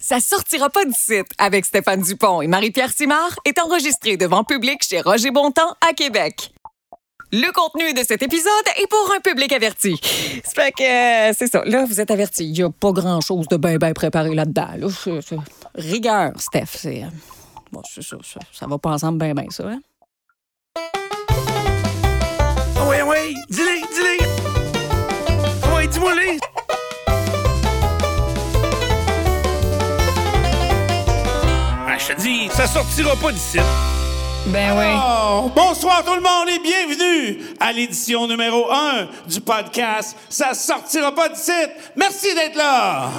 Ça sortira pas du site avec Stéphane Dupont et Marie-Pierre Simard est enregistré devant public chez Roger Bontemps à Québec. Le contenu de cet épisode est pour un public averti. C'est fait que euh, c'est ça. Là, vous êtes averti. Il n'y a pas grand-chose de bien bien préparé là-dedans. là. C'est- c'est- Rigueur, Steph. C'est euh, bon, c'est ça, ça. Ça va pas ensemble bien bien ça. hein? Oui, oui, dis-le, dis-le. Oui, dis-moi les. Ah, je te dis, ça sortira pas d'ici. Ben oui. Oh, bonsoir tout le monde et bienvenue à l'édition numéro 1 du podcast Ça sortira pas de site. Merci d'être là.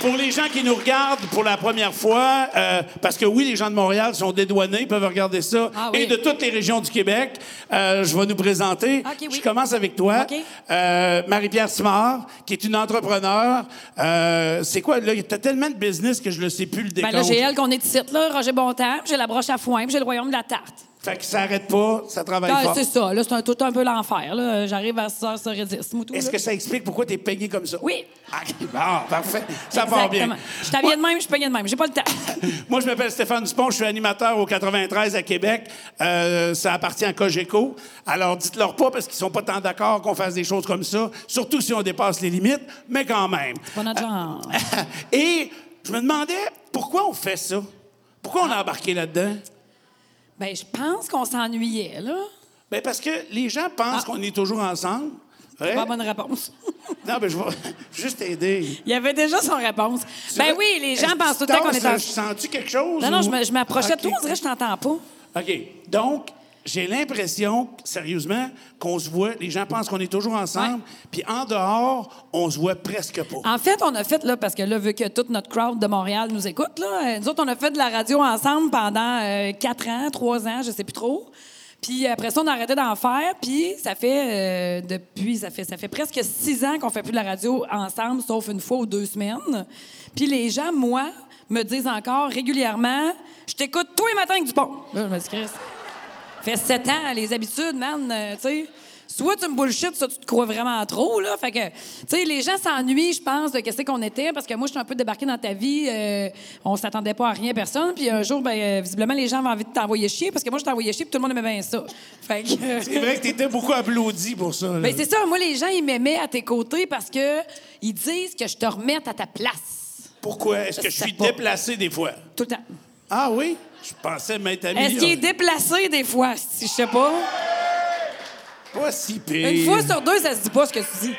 Pour les gens qui nous regardent pour la première fois, euh, parce que oui, les gens de Montréal sont dédouanés, peuvent regarder ça, Ah oui. et de toutes les régions du Québec, euh, je vais nous présenter. Ok, oui. Je commence avec toi. Ok. Euh, Marie-Pierre Simard, qui est une entrepreneur. Euh, c'est quoi? Là, t'as tellement de business que je ne sais plus le Ben décompte. là, j'ai elle qu'on est ici, là, Roger Bontemps, j'ai la broche à foin, puis j'ai le royaume de la tarte. Fait que ça arrête pas, ça travaille Ah, fort. c'est ça, là, c'est un, tout un peu l'enfer, là. Euh, J'arrive à 6h10, moutou. Est-ce là. que ça explique pourquoi t'es payé comme ça? Oui. Ah, bon, parfait. Ça part bien. Exactement. Je Tá t'avais de même, je payais de même. J'ai pas le temps. Moi, je m'appelle Stéphane Dupont, je suis animateur au 93 à Québec. Euh, ça appartient à Cogeco. Alors, dites-leur pas parce qu'ils sont pas tant d'accord qu'on fasse des choses comme ça, surtout si on dépasse les limites, mais quand même. Pas notre genre. Et je me demandais pourquoi on fait ça? Pourquoi on a embarqué là-dedans? Ben, je pense qu'on s'ennuyait, là. Ben parce que les gens pensent Ah. qu'on est toujours ensemble. Vrai? Pas bonne réponse. Non, ben je vais juste aider. Il y avait déjà son réponse. Ben oui, les gens pensent tout le temps qu'on est en... ensemble. Sens-tu quelque chose? Non, non, ou- je me- je m'approchais Ok. de toi, on dirait que je t'entends pas. OK. Donc, j'ai l'impression, sérieusement, qu'on se voit, les gens pensent qu'on est toujours ensemble, puis en dehors, on se voit presque pas. En fait, on a fait, là, parce que là, vu que toute notre crowd de Montréal nous écoute, là, euh, nous autres, on a fait de la radio ensemble pendant euh, quatre ans, trois ans, je sais plus trop. Puis après ça, on a arrêté d'en faire. Puis ça fait euh, depuis, ça fait, ça fait presque six ans qu'on fait plus de la radio ensemble, sauf une fois ou deux semaines. Puis les gens, moi, me disent encore régulièrement, je t'écoute tous les matins avec Dupont. Là, je me dis, Chris, fait sept ans, les habitudes, man, euh, tu sais. Soit tu me bullshit, soit tu te crois vraiment trop, là. Fait que, tu sais, les gens s'ennuient, je pense, de qu'est-ce qu'on était, parce que moi, je suis un peu débarquée dans ta vie. euh, on s'attendait pas à rien, personne. Puis un jour, ben, euh, visiblement, les gens avaient envie de t'envoyer chier, parce que moi, je t'envoyais chier, puis tout le monde aimait bien ça. Fait que. euh, C'est vrai que t'étais beaucoup applaudi pour ça. là. ben, c'est ça, moi, les gens, ils m'aimaient à tes côtés parce que ils disent que je te remette à ta place. Pourquoi? Est-ce que je Ça suis pas. déplacé des fois? Tout le temps. Ah oui? Je pensais m'être amélioré. Est-ce qu'il est déplacé des fois? Si, je sais pas. Pas si pire. Une fois sur deux, ça se dit pas ce que tu dis.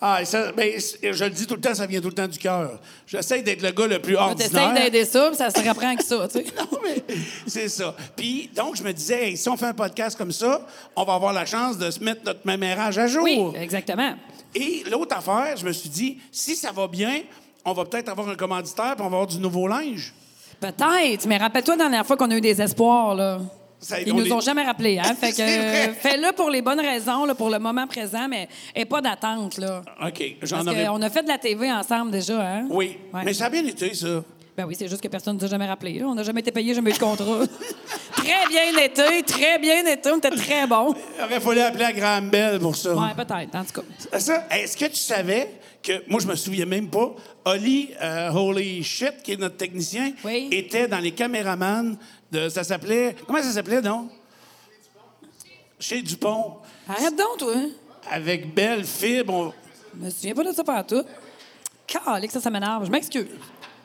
Ah, et ça, ben, c- je le dis tout le temps, ça vient tout le temps du cœur. J'essaie d'être le gars le plus On t'essaye ordinaire. d'aider ça, puis ça se reprend que ça, tu sais. Non, mais c'est ça. Puis, donc, je me disais, hey, si on fait un podcast comme ça, on va avoir la chance de se mettre notre mémérage à jour. Oui, exactement. Et l'autre affaire, je me suis dit, si ça va bien, on va peut-être avoir un commanditaire puis on va avoir du nouveau linge. Peut-être, mais rappelle-toi la dernière fois qu'on a eu des espoirs, là. Ça, Ils on nous les- ont jamais rappelé, hein? Fait que, C'est vrai. euh, fais-le pour les bonnes raisons, là, pour le moment présent, mais et pas d'attente, là. OK, Parce j'en qu'on aurais... a fait de la TV ensemble déjà, hein? Oui, Ouais. mais ça a bien été, ça. Ben oui, c'est juste que personne ne nous a jamais rappelé. là. On n'a jamais été payé, jamais eu de contrat. très bien été, très bien été, on était très bons. Il aurait fallu appeler à Graham Bell pour ça. Euh, Ouais, peut-être, en tout cas. Ça, est-ce que tu savais que, moi, je me souviens même pas, Oli euh, Holy Shit, qui est notre technicien, Oui. était dans les caméramans de... Ça s'appelait... Comment ça s'appelait, donc? Chez Dupont. Arrête donc, toi. hein? Avec Belle, Fibre, on... Je me souviens pas de ça par tout. Calique, ça, ça m'énerve. Je m'excuse.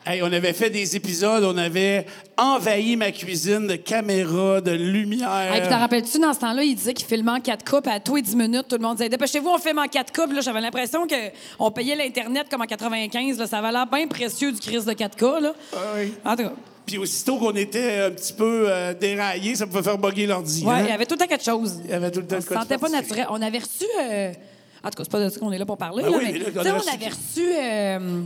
Hey, on avait fait des épisodes, on avait envahi ma cuisine de caméras, de lumière. Hey, puis t'en rappelles-tu, dans ce temps-là, il disait qu'il filmait en 4 coupes à tous les 10 minutes. Tout le monde disait Dépêchez-vous, on filme en 4 coupes. Là, j'avais l'impression qu'on payait l'Internet comme en 95. Là, ça avait l'air bien précieux du crise de 4 k Là. Ah oui. En tout cas, Puis aussitôt qu'on était un petit peu euh, déraillé, ça pouvait faire bugger l'ordi. ouais, hein? il y avait tout le temps quelque chose. Il y avait tout le temps on de se quoi de sentait pas particulier. naturel. On avait reçu. euh, En tout cas, c'est pas de ça qu'on est là pour parler. Ben là, oui, mais, mais là, tu on sais, a on reçu- avait reçu. euh,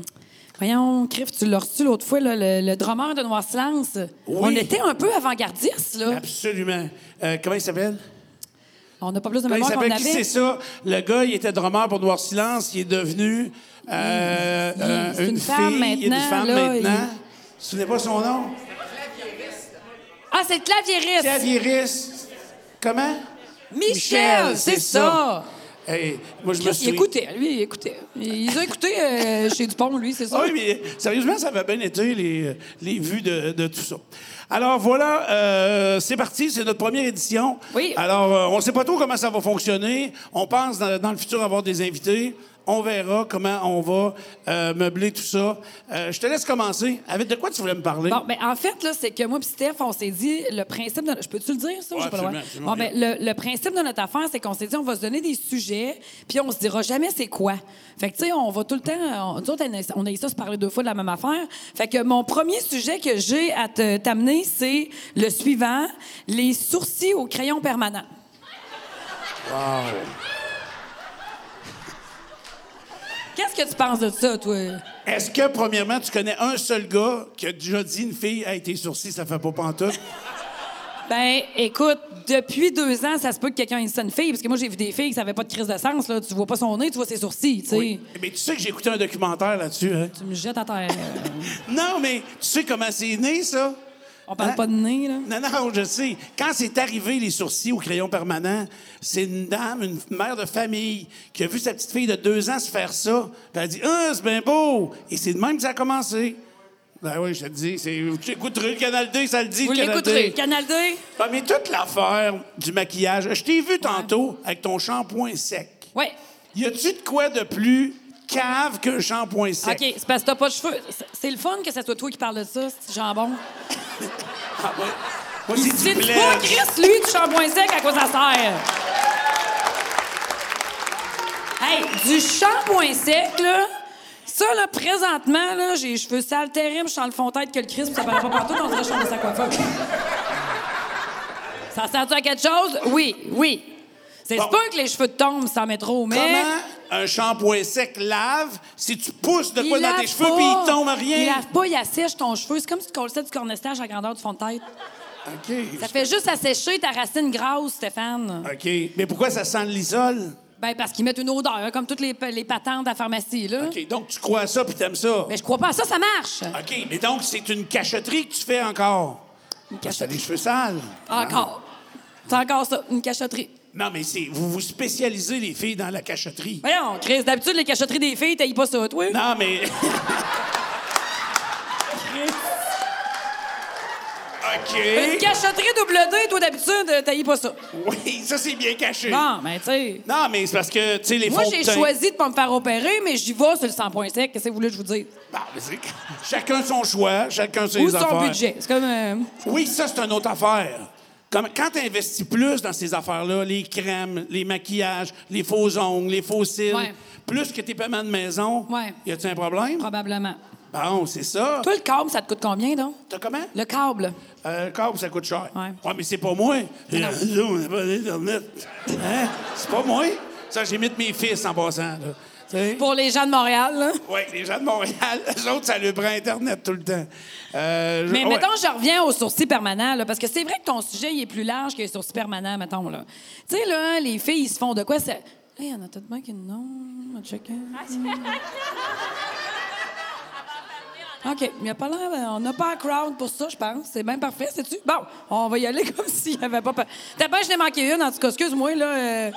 Voyons, Criff, tu l'as reçu l'autre fois, là, le, le drummer de Noir Silence. Oui. Ben, On était un peu avant-gardiste, là. Absolument. Euh, comment il s'appelle? On n'a pas plus de Comment ben, il mémoire qu'on s'appelle qui c'est ça? avait. Le gars, il était drummer pour Noir Silence, il est devenu euh, euh, c'est une, une femme fille, il est une maintenant, femme là, maintenant. il- Tu te souviens pas son nom? Ah, c'est le clavieriste! Clavieriste. Comment? Michel, c'est ça. Hey, moi, je me Chris, Il suis... écoutait, lui, il écoutait. Ils ont écouté euh, chez Dupont, lui, c'est ça? Ah Oui, mais sérieusement, ça m'a bien été, les, les vues de, de tout ça. Alors voilà, euh, c'est parti, c'est notre première édition. Oui. Alors, euh, on ne sait pas trop comment ça va fonctionner. On pense dans, dans le futur avoir des invités. On verra comment on va euh, meubler tout ça. Euh, je te laisse commencer. Avec de quoi tu voulais me parler? Bon, ben, en fait, là, c'est que moi et Steph, on s'est dit, le principe de... Je peux-tu le dire, ça? Ouais, J'ai pas le droit. absolument, absolument. Bon, ben, le, le principe de notre affaire, c'est qu'on s'est dit, on va se donner des sujets, puis on se dira jamais c'est quoi. Fait que, tu sais, on va tout le temps... On, nous autres, on a- on a eu ça se parler deux fois de la même affaire. Fait que mon premier sujet que j'ai à te- t'amener, c'est le suivant, les sourcils au crayon permanent. Qu'est-ce que tu penses de ça, toi? Est-ce que, premièrement, tu connais un seul gars qui a déjà dit une fille, hey, tes sourcils, ça fait pas pantoute? Ben, écoute, depuis deux ans, ça se peut que quelqu'un ait une fille, parce que moi, j'ai vu des filles qui n'avaient pas de crise de sens, là. Tu vois pas son nez, tu vois ses sourcils, tu sais. Oui. Mais tu sais que j'ai écouté un documentaire là-dessus, hein? Tu me jettes à terre. Non, mais tu sais comment c'est né, ça? On parle Hein? pas de nez, là. Non, non, je sais. Quand c'est arrivé, les sourcils au crayon permanent, c'est une dame, une mère de famille, qui a vu sa petite fille de deux ans se faire ça. Puis elle a dit, ah, c'est bien beau. Et c'est de même que ça a commencé. Ben oui, je te dis, c'est... tu écouterais le Canal D, ça le dit, Vous le Canal l'écouterez. D. Canal D? Ah, mais toute l'affaire du maquillage, je t'ai vu tantôt avec ton shampoing sec. Oui. Y a-tu de quoi de plus cave qu'un shampoing sec? OK, c'est parce que t'as pas de cheveux. C'est- C'est le fun que ce soit toi qui parle de ça, ce petit jambon. Ah, ouais. Moi, c'est du C'est toi, blé. Chris, lui, du shampoing sec, à quoi ça sert? Hey, du shampoing sec, là. Ça, là, présentement, là, j'ai les cheveux sales terribles, je sens le fond de tête que le Chris, puis ça paraît pas partout, on dirait que je suis dans sa coiffeuse. Ça sert-tu à quelque chose? Oui, oui. C'est Bon. pas que les cheveux te tombent sans mettre trop, mais... Comment un shampoing sec lave si tu pousses de Il quoi dans lave tes cheveux pas. puis il tombe à Il rien? lave pas, il assèche ton cheveu. C'est comme si tu collais ça du cornestage à la grandeur du fond de tête. OK. Ça fait juste assécher ta racine grasse, Stéphane. OK. Mais pourquoi ça sent le lisol? Ben parce qu'ils mettent une odeur, hein, comme toutes les, les patentes à la pharmacie, là. OK. Ah, Donc, tu crois à ça puis t'aimes ça. Hein? Mais je crois pas à ça, ça marche. OK. Mais donc, c'est une cacheterie que tu fais encore. Une cacheterie. des cheveux sales. Ah. Encore. C'est encore ça, une cachoterie. Non, mais c'est vous vous spécialisez, les filles, dans la cacheterie. Voyons, Chris, d'habitude, les cachoteries des filles, t'ailles pas ça, toi. Non, mais... Une OK. cachoterie double D, toi, d'habitude, t'ailles pas ça. Oui, ça, c'est bien caché. Bon, ben, tu sais. Non, mais c'est parce que, tu sais, les Moi, fonds de j'ai teint- choisi de pas me faire opérer, mais j'y vais sur le 100 points sec. Qu'est-ce que vous voulez que je vous dise? Bon, mais c'est- Chacun son choix, chacun ses Ou affaires. son budget. C'est comme. euh, Oui, ça, c'est une autre affaire. Comme, quand tu investis plus dans ces affaires-là, les crèmes, les maquillages, les faux ongles, les faux cils, Ouais. plus que tes paiements de maison, Ouais. y a-tu un problème? Probablement. Bon, c'est ça. Toi, le câble, ça te coûte combien, donc? T'as comment? Le câble. Euh, câble, ça coûte cher. Ouais. mais c'est pas moi. Euh, non. là, on n'a pas d'Internet. Hein? C'est pas moi. Ça, j'ai mis de mes fils en passant. là. Tu sais? Pour les gens de Montréal, là. Oui, les gens de Montréal, eux autres, ça le prend Internet tout le temps. Euh, je- Mais ouais. mettons, je reviens aux sourcils permanents, là, parce que c'est vrai que ton sujet, il est plus large que les sourcils permanents, mettons, là. Tu sais, là, les filles, ils se font de quoi? C'est... Il y en a tout de même qui... Non, on va checker. OK, mais il a pas l'air... euh, On n'a pas un crowd pour ça, je pense. C'est bien parfait, sais-tu? Bon, on va y aller comme s'il n'y avait pas... T'as pas, je n'ai manqué une, en tout cas. Excuse-moi, là... euh,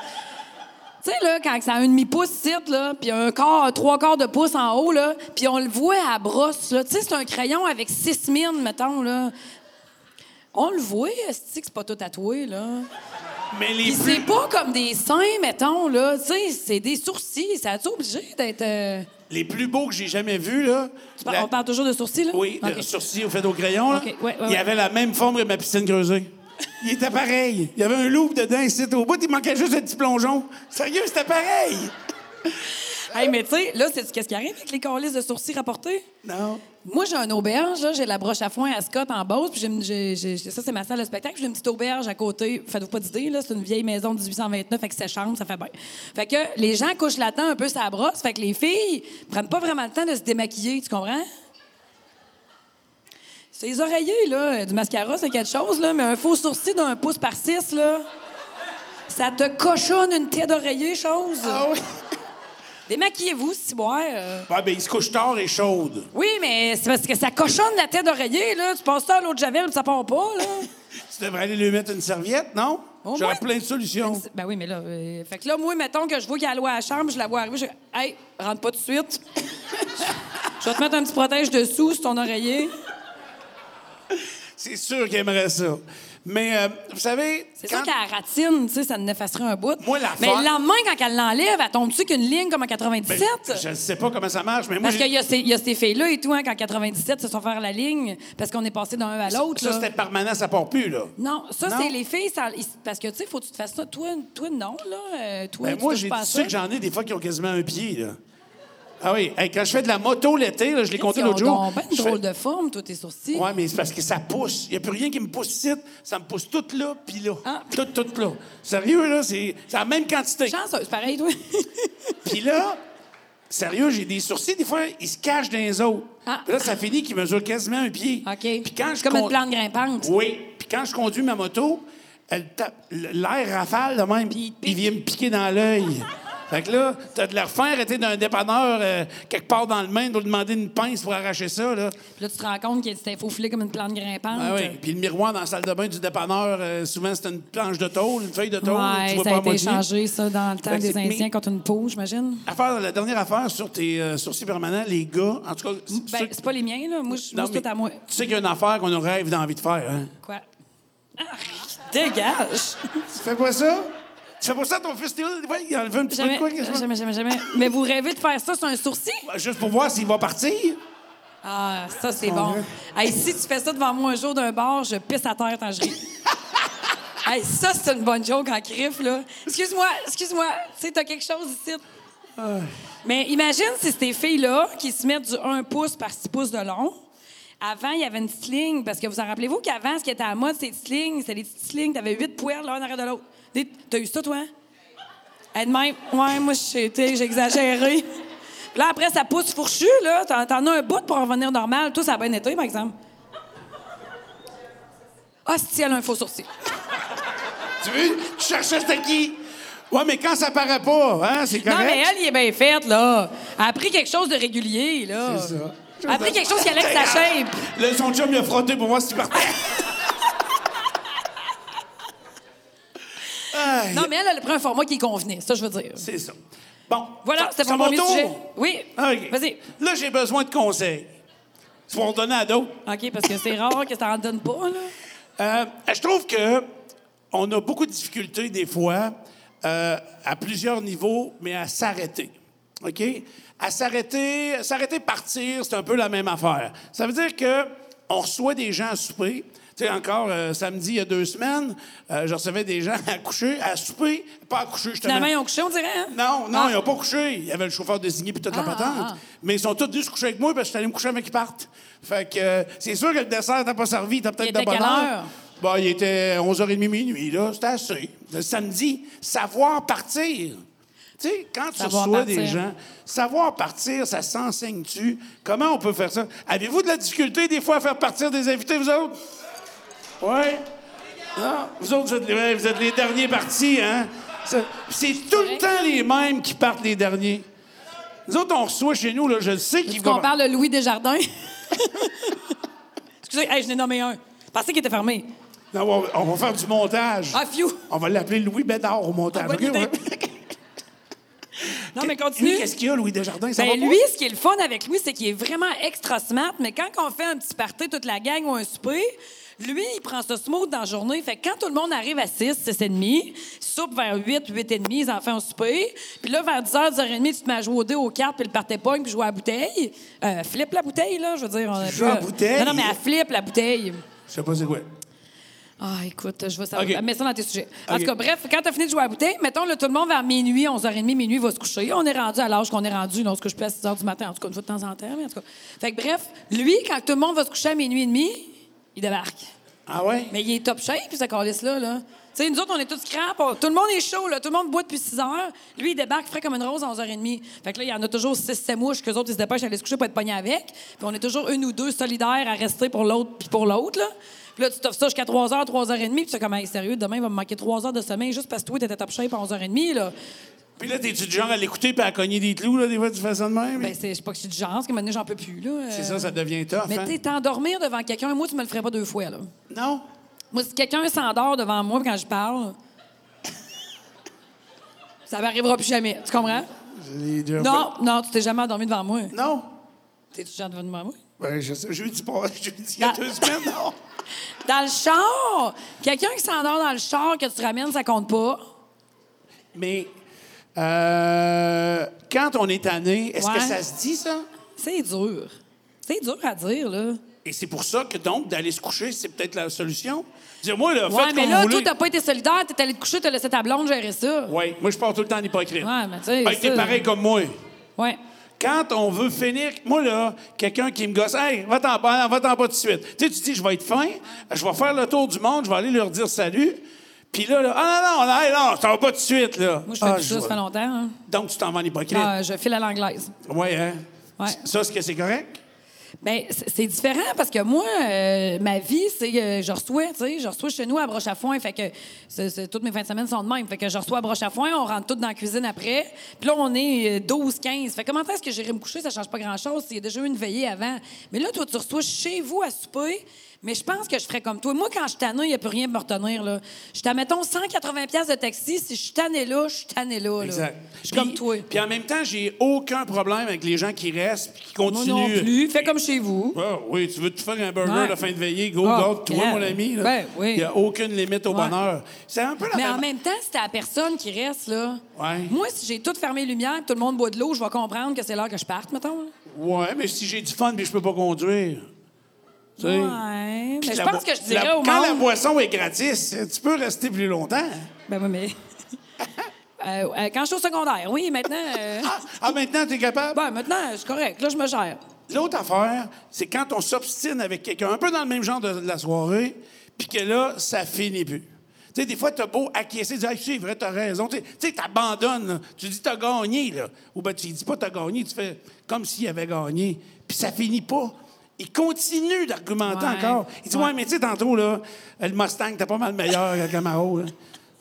Tu sais, là, quand ça a un demi-pouce ici, là, puis un quart, un trois quarts de pouce en haut, là, puis on le voit à brosse, là. Tu sais, c'est un crayon avec six mines, mettons, là. On le voit, esti, que c'est pas tout tatoué, là. Mais les Puis plus- c'est pas comme des seins, mettons, là. Tu sais, c'est des sourcils. Ça a-tu obligé d'être... euh, Les plus beaux que j'ai jamais vus, là. tu par- la- On parle toujours de sourcils, là? Oui, OK. le sourcil au fait au crayon, là. OK, ouais, ouais, Il ouais. avait la même forme que ma piscine creusée. Il était pareil. Il y avait un loop dedans, ici, au bout. Il manquait juste un petit plongeon. Sérieux, c'était pareil. Hey, mais tu sais, là, c'est qu'est-ce qui arrive avec les calices de sourcils rapportés? Non. Moi, j'ai un auberge, là, j'ai la broche à foin à Scott en Beauce, puis j'ai une- j'ai- j'ai- ça, c'est ma salle de spectacle. J'ai une petite auberge à côté. Faites-vous pas d'idée, là, c'est une vieille maison de 1829 avec ses chambres, ça fait bien. Fait que les gens couchent là-dedans un peu sa brosse, fait que les filles prennent pas vraiment le temps de se démaquiller, tu comprends? C'est les oreillers, là, euh, du mascara, c'est quelque chose, là, mais un faux sourcil d'un pouce par six, là, ça te cochonne une tête d'oreiller, chose. Ah oui. Démaquillez-vous, si boire. euh. Ouais, ben, il se couche tard et chaude. Oui, mais c'est parce que ça cochonne la tête d'oreiller, là. Tu passes ça à l'autre javel, puis ça part pas, là. Tu devrais aller lui mettre une serviette, non? Au J'aurais moins- plein de solutions. Ben oui, mais là, euh, fait que là, moi, mettons que je vois qu'il y a la loi à la chambre, je la vois arriver, je Hey, rentre pas tout de suite. je vais te mettre un petit protège dessous sur ton oreiller. C'est sûr qu'il aimerait ça. Mais euh, vous savez, C'est quand- sûr qu'elle ratine, tu sais, ça n'effacerait un bout. Moi, la mais fa- le lendemain, quand elle l'enlève, elle tombe-tu qu'une ligne comme en 97? Ben, je ne sais pas comment ça marche, mais moi, Parce j'ai- qu'il y, a ces- il y a ces filles-là et tout, hein, qu'en 97, se sont faire la ligne parce qu'on est passé d'un à l'autre. ça là. c'était permanent, ça part plus là. Non, ça, Non. c'est les filles. ça- ils- parce que, tu sais, faut que tu te fasses ça. Toi, toi non, là. euh, toi, Ben, tu moi, touches j'ai pas à dit ça ça. que j'en ai des fois qui ont quasiment un pied là. Ah oui, Hey, quand je fais de la moto l'été, là, je l'ai Ils compté ont l'autre jour. donc ben une je drôle fais- de forme, toi, tes sourcils. Ouais, mais c'est parce que ça pousse. Il n'y a plus rien qui me pousse ici. Ça me pousse tout là, puis là. Ah. Tout, tout là. Sérieux, là, c'est c'est la même quantité. Chanceuse, pareil, toi. Puis là, sérieux, j'ai des sourcils, des fois, ils se cachent dans les autres. Ah. Puis là, ça finit qu'ils mesurent quasiment un pied. OK. Puis quand C'est je comme une con- plante grimpante. Oui. Puis quand je conduis ma moto, elle tape- l'air rafale de même. Puis Puis il te pique. il vient me piquer dans l'œil. fait que là, t'as de la refaire était d'un dépanneur euh, quelque part dans le Maine pour lui demander une pince pour arracher ça, là. Puis là, tu te rends compte qu'il s'est faufilé comme une plante grimpante. Ah oui. Puis le miroir dans la salle de bain du dépanneur, euh, souvent, c'était une planche de tôle, une feuille de tôle. tu Ouais, vois ça pas a à été moitié. changé, ça, dans le temps Fait que des c'est- Indiens mais- contre une peau, j'imagine. Affaire- la dernière affaire sur tes euh, sourcils permanents, les gars, en tout cas... ceux- Ben, c'est pas les miens, là. Moi, je Non, moi, c'est mais tout à moi. Tu sais qu'il y a une affaire qu'on a rêve d'envie de faire, hein? Quoi? Ah, dégage! Tu fais quoi ça? Tu fais pas ça à ton fils? Théo? Ouais, il a enlevé un petit Jamais, peu de quoi? qu'est-ce que- jamais, jamais, jamais. Mais vous rêvez de faire ça sur un sourcil? Bah, Juste pour voir s'il va partir. Ah, ça, c'est bon. Hey, si tu fais ça devant moi un jour d'un bar, je pisse à terre quand je ris. hey, ça, c'est une bonne joke en crif, là. Excuse-moi, excuse-moi. Tu sais, t'as quelque chose ici. Mais imagine si ces filles-là, qui se mettent du 1 pouce par 6 pouces de long, avant, il y avait une petite ligne, parce que vous en rappelez-vous qu'avant, ce qui était à la mode, c'était des petites lignes, c'était des petites lignes, t'avais 8 poils l'un arrière de l'autre. Des- T'as eu ça, toi? hein? Elle de même, ouais, moi, j'ai été- j'ai exagéré. Puis là, après, ça pousse fourchu, là. T'en, t'en as un bout pour en revenir normal. Tout ça a bien été, par exemple. Ah, si elle a un faux sourcil. Tu veux? Tu cherchais c'était qui? Ouais, mais quand ça paraît pas, hein, c'est Non, correct. mais elle, il est bien faite, là. Elle a pris quelque chose de régulier, là. C'est ça. Elle a pris quelque chose qui allait avec sa shape. Là, son chum, il a frotté pour voir s'il partait. Aïe, Non, mais elle, elle a pris un format qui convenait, ça, je veux dire. C'est ça. Bon. Voilà, ça- c'était ça mon premier tour? Ah, sujet. Oui, OK. vas-y. Là, j'ai besoin de conseils. C'est pour en donner à d'autres. OK, parce que c'est rare que ça en donne pas, là. Euh, je trouve que on a beaucoup de difficultés des fois euh, à plusieurs niveaux, mais à s'arrêter. OK? À s'arrêter, s'arrêter partir, c'est un peu la même affaire. Ça veut dire que on reçoit des gens à souper. Tu sais, encore euh, samedi, il y a deux semaines, euh, je recevais des gens à coucher, à souper, pas à coucher, justement. Finalement, ils ont couché, on dirait, hein? Non, non, Ah. ils n'ont pas couché. Il y avait le chauffeur désigné puis toute la Ah, patente. ah, ah. Mais ils sont tous venus se coucher avec moi parce que je suis allé me coucher avant qu'ils partent. Fait que euh, c'est sûr que le dessert t'a pas servi, t'as peut-être Il était de bonne quelle heure. heure? Bon, il était 11h30 minuit, là. C'était assez. Le samedi, savoir partir. Tu sais, quand tu Savoir reçois des partir. gens, savoir partir, ça s'enseigne-tu? Comment on peut faire ça? Avez-vous de la difficulté des fois à faire partir des invités, vous autres? Oui? Non, vous autres, vous êtes, ouais, vous êtes les derniers partis, hein? Ça- C'est tout le temps les mêmes qui partent les derniers. Nous autres, on reçoit chez nous, là, je le sais qu'ils Est-ce vont... qu'on parle de Louis Desjardins? Excusez, hey, je n'ai nommé un. Je pensais qu'il était fermé. Non, on, va- on va faire du montage. Ah, phew! On va l'appeler Louis Bédard au montage. Ah, bonne OK, on va- Non, mais Lui, continue. qu'est-ce qu'il y a, Louis Desjardins? Ça va Ben pas? lui, ce qui est le fun avec lui, c'est qu'il est vraiment extra smart, mais quand on fait un petit party, toute la gang ou un souper, lui, il prend ce smooth dans la journée. Fait que quand tout le monde arrive à 6, 6h30, soupe vers 8, 8h30, ils en font un souper. Puis là, vers 10h, 10h30, tu te mets à jouer au dé, aux cartes, puis le party pogne, puis jouer à la bouteille. Euh, flippe la bouteille, là, je veux dire. On a Tu joues à la plus, euh, bouteille? Non, non, mais elle flippe la bouteille. Je sais pas c'est quoi. Ah, écoute, je vais savoir. OK. Mets ça dans tes sujets. En OK. tout cas, bref, quand t'as fini de jouer à la bouteille, mettons, là, tout le monde vers minuit, 11h30, minuit, va se coucher. On est rendu à l'âge qu'on est rendu. Non, on se couche plus à 6h du matin, en tout cas, une fois de temps en temps. Mais en tout cas. Fait que bref, lui, quand tout le monde va se coucher à minuit et demi, il débarque. Ah ouais? Mais il est top shape, puis ce calice-là, là. Tu sais, nous autres, on est tous crap. on- tout le monde est chaud, là. Tout le monde boit depuis 6 heures. Lui, il débarque frais comme une rose à 11h30. Fait que là, il y en a toujours 6-7 mouches qu'eux autres, ils se dépêchent à aller se coucher pour être pognés avec. Puis on est toujours une ou deux solidaires à rester pour l'autre puis pour l'autre, là. Puis là, tu t'offres ça jusqu'à 3h, 3h30. Puis tu fais comme, Hey, sérieux, demain, il va me manquer 3 heures de sommeil juste parce que toi, t'étais top shape à 11h30, là. Puis là, t'es-tu du genre à l'écouter puis à cogner des clous, là, des fois, tu fais ça de même? Ben, c'est, je sais pas que c'est du genre, parce que maintenant, j'en peux plus, là. c'est Euh, ça, ça devient tough, Mais hein? tu t'endormir devant quelqu'un, moi, tu me le ferais pas deux fois, là. Non? Moi, si quelqu'un s'endort devant moi quand je parle, Ça m'arrivera plus jamais. Tu comprends? J'ai déjà Non, non, tu t'es jamais endormi devant moi. fait- Non? T'es-tu déjà endormi devant moi? Ben, je sais, je lui dis pas. Je lui dis il y a Ah. deux semaines, non. Dans le char! Quelqu'un qui s'endort dans le char que tu ramènes, ça compte pas. Mais euh, quand on est tanné, est-ce Ouais. que ça se dit, ça? C'est dur. C'est dur à dire, là. Et c'est pour ça que, donc, d'aller se coucher, c'est peut-être la solution. Dis-moi, là, Ouais, faites mais comme là, vous toi, voulez. t'as pas été solidaire, t'es allé te coucher, t'as laissé ta blonde gérer ça. Oui, moi, je pars tout le temps en hypocrite. Ouais, mais tu sais, Hey, t'es ça- pareil comme moi. Ouais. Quand on veut finir, moi, là, quelqu'un qui me gosse, hey, va-t'en pas, va-t'en pas tout de suite. Tu sais, tu dis, je vais être fin, je vais faire le tour du monde, je vais aller leur dire salut. Puis là, là, ah non, non, hey, non, ça va pas tout de suite, là. Moi, je fais Ah, plus ça, ça vois. fait longtemps. hein. Donc, tu t'en vas en hypocrite. Ah, je file à l'anglaise. Ouais, hein? Ouais. Ça, est-ce que c'est correct? Ben, c'est c'est différent parce que moi, euh, ma vie, c'est que je reçois, tu sais, je reçois chez nous à broche à foin. Fait que c'est- c'est- toutes mes fins de semaine sont de même. Fait que je reçois à broche à foin, on rentre toutes dans la cuisine après. Puis là, on est euh, 12, 15. Fait que comment est-ce que j'irai me coucher? Ça change pas grand-chose. Il y a déjà eu une veillée avant. Mais là, toi, tu reçois chez vous à souper. Mais je pense que je ferais comme toi. Moi, quand je suis tannée, il n'y a plus rien pour me retenir. Là. Je t'en mettons 180$ piastres de taxi. Si je suis tannée là, je suis tannée là. là. Exact. Je suis Puis- comme toi. Puis en même temps, j'ai aucun problème avec les gens qui restent puis qui Oh, Moi continuent. non plus. Fais comme chez vous. Ah oui, tu veux te faire un burger Ouais. la fin de veillée, go, Ah, d'autres, toi, yeah. mon ami. là. Ben oui. Il n'y a aucune limite au Ouais. bonheur. C'est un peu la Mais même... en même temps, c'est à la personne qui reste, là. Ouais. Moi, si j'ai tout fermé les lumières et tout le monde boit de l'eau, je vais comprendre que c'est l'heure que je parte, mettons. Ouais, mais si j'ai du fun puis je peux pas conduire. Tu sais. Ouais. Puis Mais je la pense boi- que je dirais la- au Quand la monde. boisson est gratis, tu peux rester plus longtemps. Ben oui, mais. Euh, euh, quand je suis au secondaire, oui, maintenant. euh, Ah, ah, maintenant, tu es capable? Ben, maintenant, je suis correct. Là, je me gère. L'autre affaire, c'est quand on s'obstine avec quelqu'un, un peu dans le même genre de, de la soirée, puis que là, ça finit plus. Tu sais, des fois, t'as beau acquiescer, dire, hey, c'est vrai, t'as raison. Tu sais- tu sais, t'abandonnes, là. tu dis, t'as gagné, là. Ou bien, tu dis pas, t'as gagné, tu fais comme s'il avait gagné. Puis ça finit pas. Il continue d'argumenter Ouais. encore. Il dit, ouais, Ouais. mais tu sais, tantôt, là, euh, le Mustang, t'es pas mal meilleur que le Camaro, là.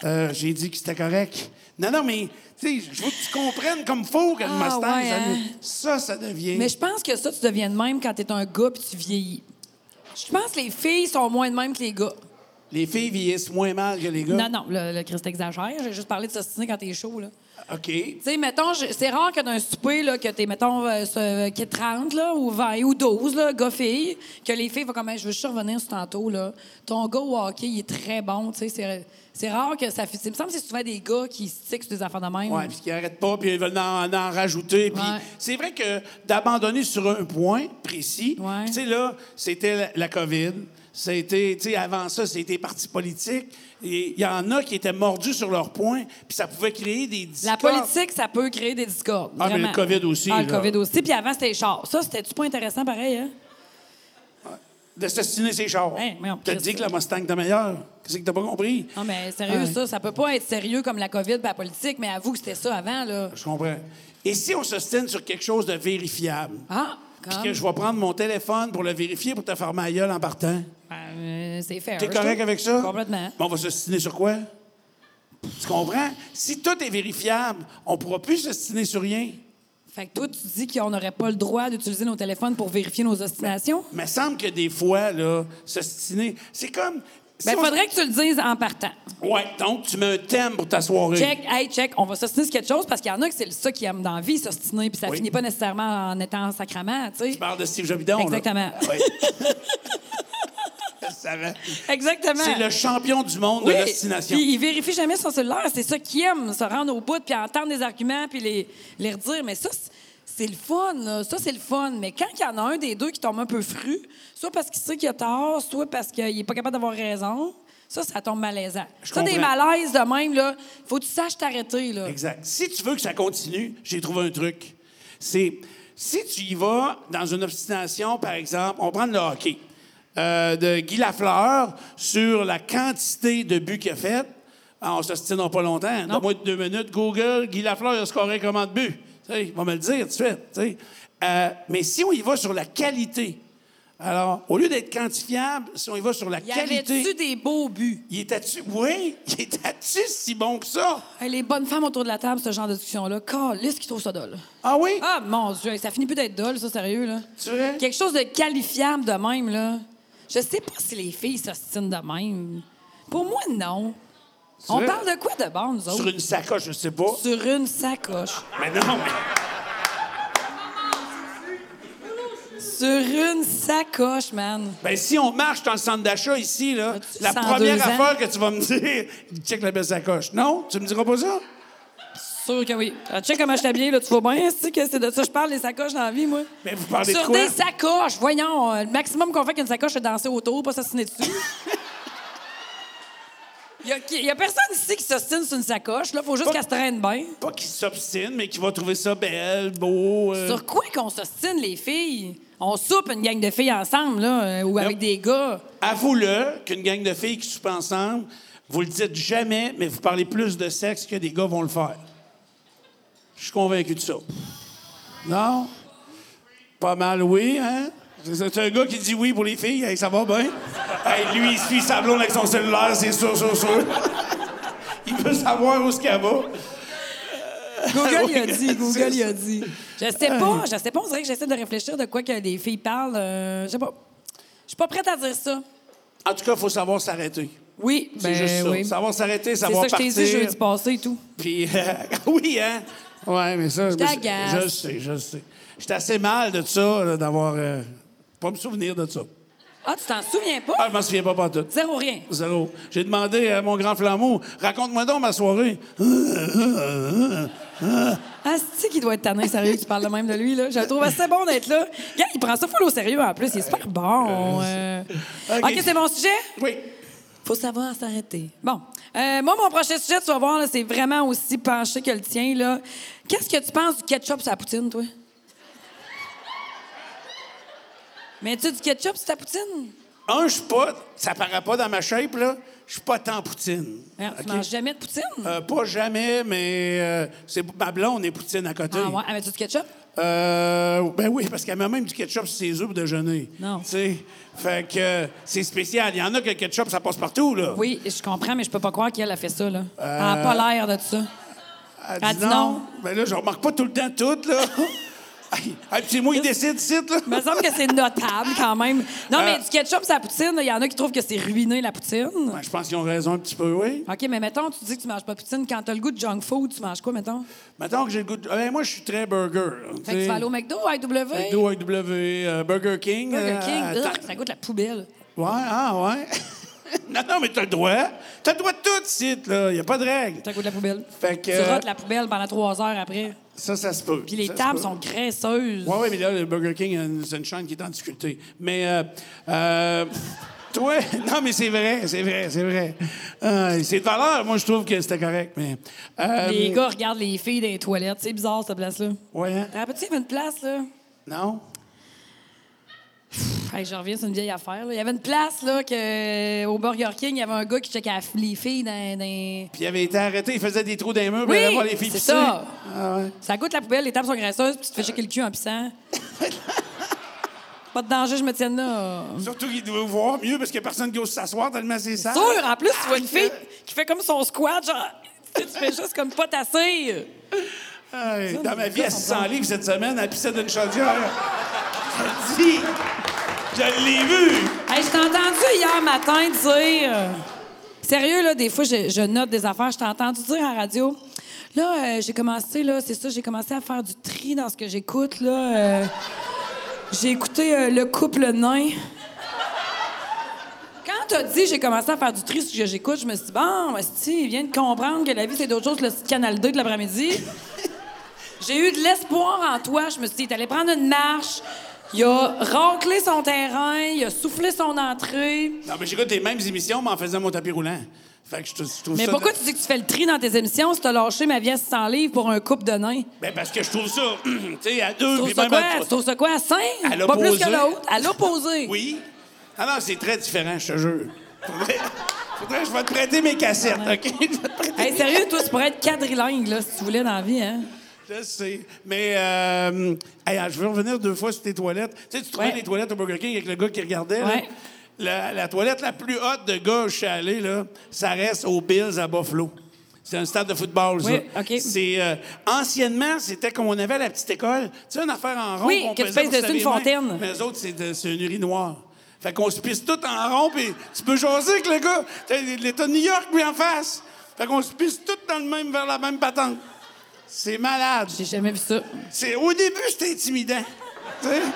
Euh, J'ai dit que c'était correct. Non, non, mais, tu sais, je veux que tu comprennes comme faux que le Ah, Mustang, ouais, ça, hein. ça, ça devient. Mais je pense que ça, tu deviens de même quand t'es un gars puis tu vieillis. Je pense que les filles sont moins de même que les gars. Les filles vieillissent moins mal que les gars. Non, non, le, le Christ exagère. J'ai juste parlé de s'ostiner quand t'es chaud, là. OK. Tu sais, mettons, je- c'est rare que d'un souper, là, que t'es, mettons, euh, ce- euh, qui est 30, là, ou 20, ou 12, là, gars-filles, que les filles vont comme, Hey, je veux juste revenir sur tantôt, là. Ton gars au hockey, il est très bon, tu sais, c'est, c'est rare que ça finisse. Il me semble que c'est souvent des gars qui stickent sur des affaires de même. Ouais, puis qui arrêtent pas, puis ils veulent en, en rajouter. Puis Ouais. c'est vrai que d'abandonner sur un point précis, Ouais. tu sais, là, c'était la, la COVID. C'était, tu sais, avant ça, c'était les partis politiques. Et Il y en a qui étaient mordus sur leur point, puis ça pouvait créer des La discordes. politique, ça peut créer des discordes. Ah, mais vraiment. le COVID aussi, Ah, le là. COVID aussi. Puis avant, c'était les chars. Ça, c'était-tu pas intéressant pareil, hein? De s'assiner ses chars. Hey, mais on- T'as dit que la Mustang était meilleure. Qu'est-ce que t'as pas compris? Non, mais sérieux, Ouais. ça, ça peut pas être sérieux comme la COVID puis la politique, mais avoue que c'était ça avant, là. Je comprends. Et si on s'ostine sur quelque chose de vérifiable, Ah, puis comme... que je vais prendre mon téléphone pour le vérifier pour te faire ma gueule en partant? Ben, euh, c'est fair. T'es je correct trouve. avec ça? Complètement. Mais on va s'ostiner sur quoi? Tu comprends? Si tout est vérifiable, on ne pourra plus s'ostiner sur rien. Fait que toi, tu dis qu'on n'aurait pas le droit d'utiliser nos téléphones pour vérifier nos ostinations? Mais semble que des fois, là, s'ostiner, c'est comme. si Ben, on- faudrait que tu le dises en partant. Ouais, donc tu mets un thème pour ta soirée. Check, hey, check, on va s'ostiner sur quelque chose parce qu'il y en a que c'est ça qui aiment dans la vie, s'ostiner, puis ça Oui. Ben, finit pas nécessairement en étant en sacrament, tu sais. Je parle de Steve Jobidon. là. Exactement. Ah, ouais. Je savais. Exactement. C'est le champion du monde Oui, de l'ostination. Puis il vérifie jamais son cellulaire. C'est ça qu'ils aiment, se rendre au bout, puis entendre des arguments, puis les, les redire. Mais ça, c'est- c'est le fun, là. Ça, c'est le fun. Mais quand il y en a un des deux qui tombe un peu fru, soit parce qu'il sait qu'il a tort, soit parce qu'il est pas capable d'avoir raison, ça, ça tombe malaisant. Je ça, des comprends. malaises de même, là, faut que tu saches t'arrêter, là. Exact. Si tu veux que ça continue, j'ai trouvé un truc. C'est si tu y vas dans une obstination, par exemple, on prend le hockey euh, de Guy Lafleur sur la quantité de buts qu'il a fait. Ah, on s'obstine pas longtemps. Dans moins de deux minutes, Google, Guy Lafleur il a scoré comment de buts? Tu sais, il va me le dire tout de suite. tu sais. Euh, mais si on y va sur la qualité, alors, au lieu d'être quantifiable, si on y va sur la Y qualité, avait-tu des beaux buts? il était-tu... Oui, il était-tu si bon que ça? Hey, les bonnes femmes autour de la table, ce genre de discussion-là, calisse qui trouve ça dole. Ah oui? Ah, mon Dieu, ça finit plus d'être dole, ça, sérieux, là. Tu vois? Quelque chose de qualifiable de même, là. Je sais pas si les filles s'ostinent de même. Pour moi, non. On Sur- parle de quoi de bord, nous autres? Sur une sacoche, je sais pas. Sur une sacoche. Mais non, mais. Sur une sacoche, man. Ben, si on marche dans le centre d'achat ici, là, As-tu la 102 première ans? affaire que tu vas me dire, check la belle sacoche. Non? Tu me diras pas ça? Sûr que oui. Ah, Tu sais comment je t'habille, là, tu vois bien, c'est que c'est de ça que je parle, les sacoches dans la vie, moi. Mais vous parlez de Sur quoi? des sacoches, voyons. euh, Le maximum qu'on fait avec une sacoche, c'est danser autour, pas s'assiner dessus. Il y a, qui- y a personne ici qui s'ostine sur une sacoche, là. Faut juste Pas- qu'elle se traîne bien. Pas qu'il s'obstine, mais qu'il va trouver ça belle, beau. euh, Sur quoi qu'on s'ostine, les filles? On soupe une gang de filles ensemble, là, euh, ou avec Yep. des gars. Avoue-le qu'une gang de filles qui soupent ensemble, vous le dites jamais, mais vous parlez plus de sexe que des gars vont le faire. Je suis convaincu de ça. Non? Pas mal, oui, hein? C'est- C'est un gars qui dit oui pour les filles, hey, ça va bien. Hey, lui, il suit sa blonde avec son cellulaire, c'est sûr, sûr, sûr. il veut savoir où ce qu'elle va. Google Oui, il a dit, c'est Google il a ça. Euh. dit. Je sais pas, je sais pas, on dirait que j'essaie de réfléchir de quoi que les filles parlent. euh, je sais pas. Je suis pas prête à dire ça. En tout cas, il faut savoir s'arrêter. Oui, C'est ben juste ça. oui. Savoir s'arrêter, C'est savoir ça que je t'ai partir. dit jeudi passé et tout. Puis, euh, oui, hein? Ouais, mais ça. Je t'agace. Je le sais, je le sais. J'étais assez mal de ça, là, d'avoir. euh, pas me souvenir de ça. Ah, tu t'en souviens pas? Ah, je m'en souviens pas, pas tout. Zéro rien. Zéro. J'ai demandé à mon grand flambeau, raconte-moi donc ma soirée. Ah, c'est qui doit être tanné, sérieux, qui parle de même de lui, là. Je le trouve assez bon d'être là. Gars, il prend ça full au sérieux en plus, il est super bon. euh. OK. OK, c'est mon sujet? Oui. Faut savoir s'arrêter. Bon. Euh, moi, mon prochain sujet, tu vas voir, là, c'est vraiment aussi penché que le tien. là. Qu'est-ce que tu penses du ketchup sur la poutine, toi? Mets-tu du ketchup sur ta poutine? Un, je suis pas. Ça paraît pas dans ma shape, là. Je suis pas tant poutine. Merde, OK? Tu manges jamais de poutine? Euh, pas jamais, mais euh, c'est ma blonde est poutine à côté. ah ouais, Ah, mets-tu du ketchup? Euh, ben oui, parce qu'elle met même du ketchup sur ses œufs pour déjeuner. Non. Tu sais, fait que euh, c'est spécial. Il y en a que le ketchup, ça passe partout, là. Oui, je comprends, mais je peux pas croire qu'elle a fait ça, Euh. là. Elle a pas l'air de ça. Elle Elle dit non. Ben là, je remarque pas tout le temps tout, là. Hey, hey, puis c'est moi qui décide, ici, là. Ben, Il me semble que c'est notable quand même. Non, Euh, mais du ketchup sur la poutine, il y en a qui trouvent que c'est ruiné, la poutine. Ben, je pense qu'ils ont raison un petit peu, oui. OK, mais mettons, tu dis que tu manges pas de poutine. Quand t'as le goût de junk food, tu manges quoi, mettons? Maintenant que j'ai le goût de... Ben, moi, je suis très burger. là, Fait que sais. tu vas aller au McDo, à IW? McDo, IW, euh, Burger King. Burger euh, King, attends. ugh, ça goûte la poubelle. Ouais, ah, ouais. non, non, mais t'as le droit. T'as le droit de tout, site, là. Il a pas de règle. Ça goûte la poubelle. Fait que, Tu euh, rotes la poubelle pendant trois heures après. Ça, ça se peut. Puis les Ça se tables peut. sont graisseuses. Oui, oui, mais là, le Burger King, euh, c'est une chaîne qui est en difficulté. Mais, euh, euh, toi, non, mais c'est vrai, c'est vrai, c'est vrai. Euh, c'est de valeur. Moi, je trouve que c'était correct, mais. euh, Les gars regardent les filles dans les toilettes. C'est bizarre, cette place-là. Ouais, hein? T'as rappelles-tu, il y avait une place, là? Non? Pff, hey, je reviens, c'est une vieille affaire. là. Il y avait une place, là, que, euh, au Burger King, il y avait un gars qui checkait la- les filles dans... dans- Puis il avait été arrêté, il faisait des trous dans les murs, puis il allait voir les filles c'est pisser. ça. Ah, ouais. Ça goûte la poubelle, les tables sont graisseuses, puis tu te Euh. fais checker le cul en pissant. Pas de danger, je me tienne là. Surtout qu'il devait voir mieux parce qu'il n'y a personne qui ose s'asseoir tellement c'est sale. sûr, en plus, tu vois une fille qui fait comme son squat, genre, tu sais, tu fais juste comme pas tasser. Hey, dans ma les vie, gars elle sont se sent bons. livres cette semaine, elle pissait d'une chaudière. Je te dis, je l'ai vu. Hey, je t'ai entendu hier matin dire. euh, Sérieux, là, des fois, je, je note des affaires. Je t'ai entendu dire à la radio. Là, euh, j'ai commencé, là, c'est ça, j'ai commencé à faire du tri dans ce que j'écoute, là. euh, j'ai écouté euh, Le couple nain. Quand t'as dit j'ai commencé à faire du tri sur ce que j'écoute, je me suis dit, bon, si, il vient de comprendre que la vie, c'est d'autres choses que le Canal 2 de l'après-midi. J'ai eu de l'espoir en toi. Je me suis dit, t'allais prendre une marche. Il a raclé son terrain, il a soufflé son entrée. Non, mais j'écoute les mêmes émissions, mais en faisant mon tapis roulant. Fait que je, je trouve Mais ça. pourquoi tu dis que tu fais le tri dans tes émissions si t'as lâché ma vie à 600 livres pour un couple de nains? Ben parce que je trouve ça, tu sais, à deux, Tu trouves puis ça même quoi? à Tu trois. trouves ça quoi? À 5? À Pas plus l'opposé. que l'autre. À l'opposé. Oui. Ah non, c'est très différent, je te jure. Faudrait- faudrait- je vais te prêter mes cassettes, OK? Je vais te prêter- Hey, sérieux, toi, tu pourrais être quadrilingue, là, si tu voulais dans la vie, hein? Je sais. Mais, euh, hey, je veux revenir deux fois sur tes toilettes. Tu sais, tu trouvais Ouais. les toilettes au Burger King avec le gars qui regardait, là. Ouais. La, la toilette la plus haute de gars où je suis allé, là, ça reste aux Bills à Buffalo. C'est un stade de football, ça. Oui, OK. C'est, euh, anciennement, c'était comme on avait à la petite école. Tu sais, une affaire en rond. Oui, qu'on que tu faisait pèses pour se dessus une laver les mains. fontaine. Mais eux autres, c'est, de- c'est une urinoir. Fait qu'on se pisse tout en rond, puis tu peux jaser avec le gars. T'as l'État de New York, lui, en face. Fait Fait qu'on se pisse tous dans le même, vers la même patente. C'est malade. J'ai jamais vu ça. C'est, au début, c'était intimidant. Tu sais?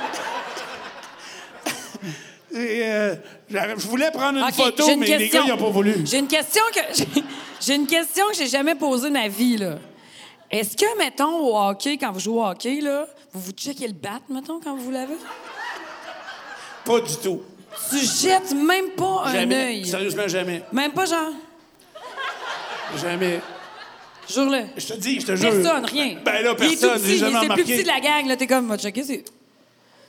Et, euh, j'aurais- je voulais prendre une Ok, photo, j'ai une mais les question. gars, ils n'ont pas voulu. J'ai une question que j'ai- j'ai une question que j'ai jamais posée de ma vie là. Est-ce que mettons au hockey quand vous jouez au hockey là, vous vous checkez le bat mettons quand vous l'avez Pas du tout. Tu jettes même pas un jamais. œil. Sérieusement, jamais. Même pas genre Jamais. jure-le. Je te dis, je te jure. Personne, rien. Ben là, Il est tout personne. petit, J'ai il est jamais le plus embarqué. petit de la gang là, t'es comme va checker c'est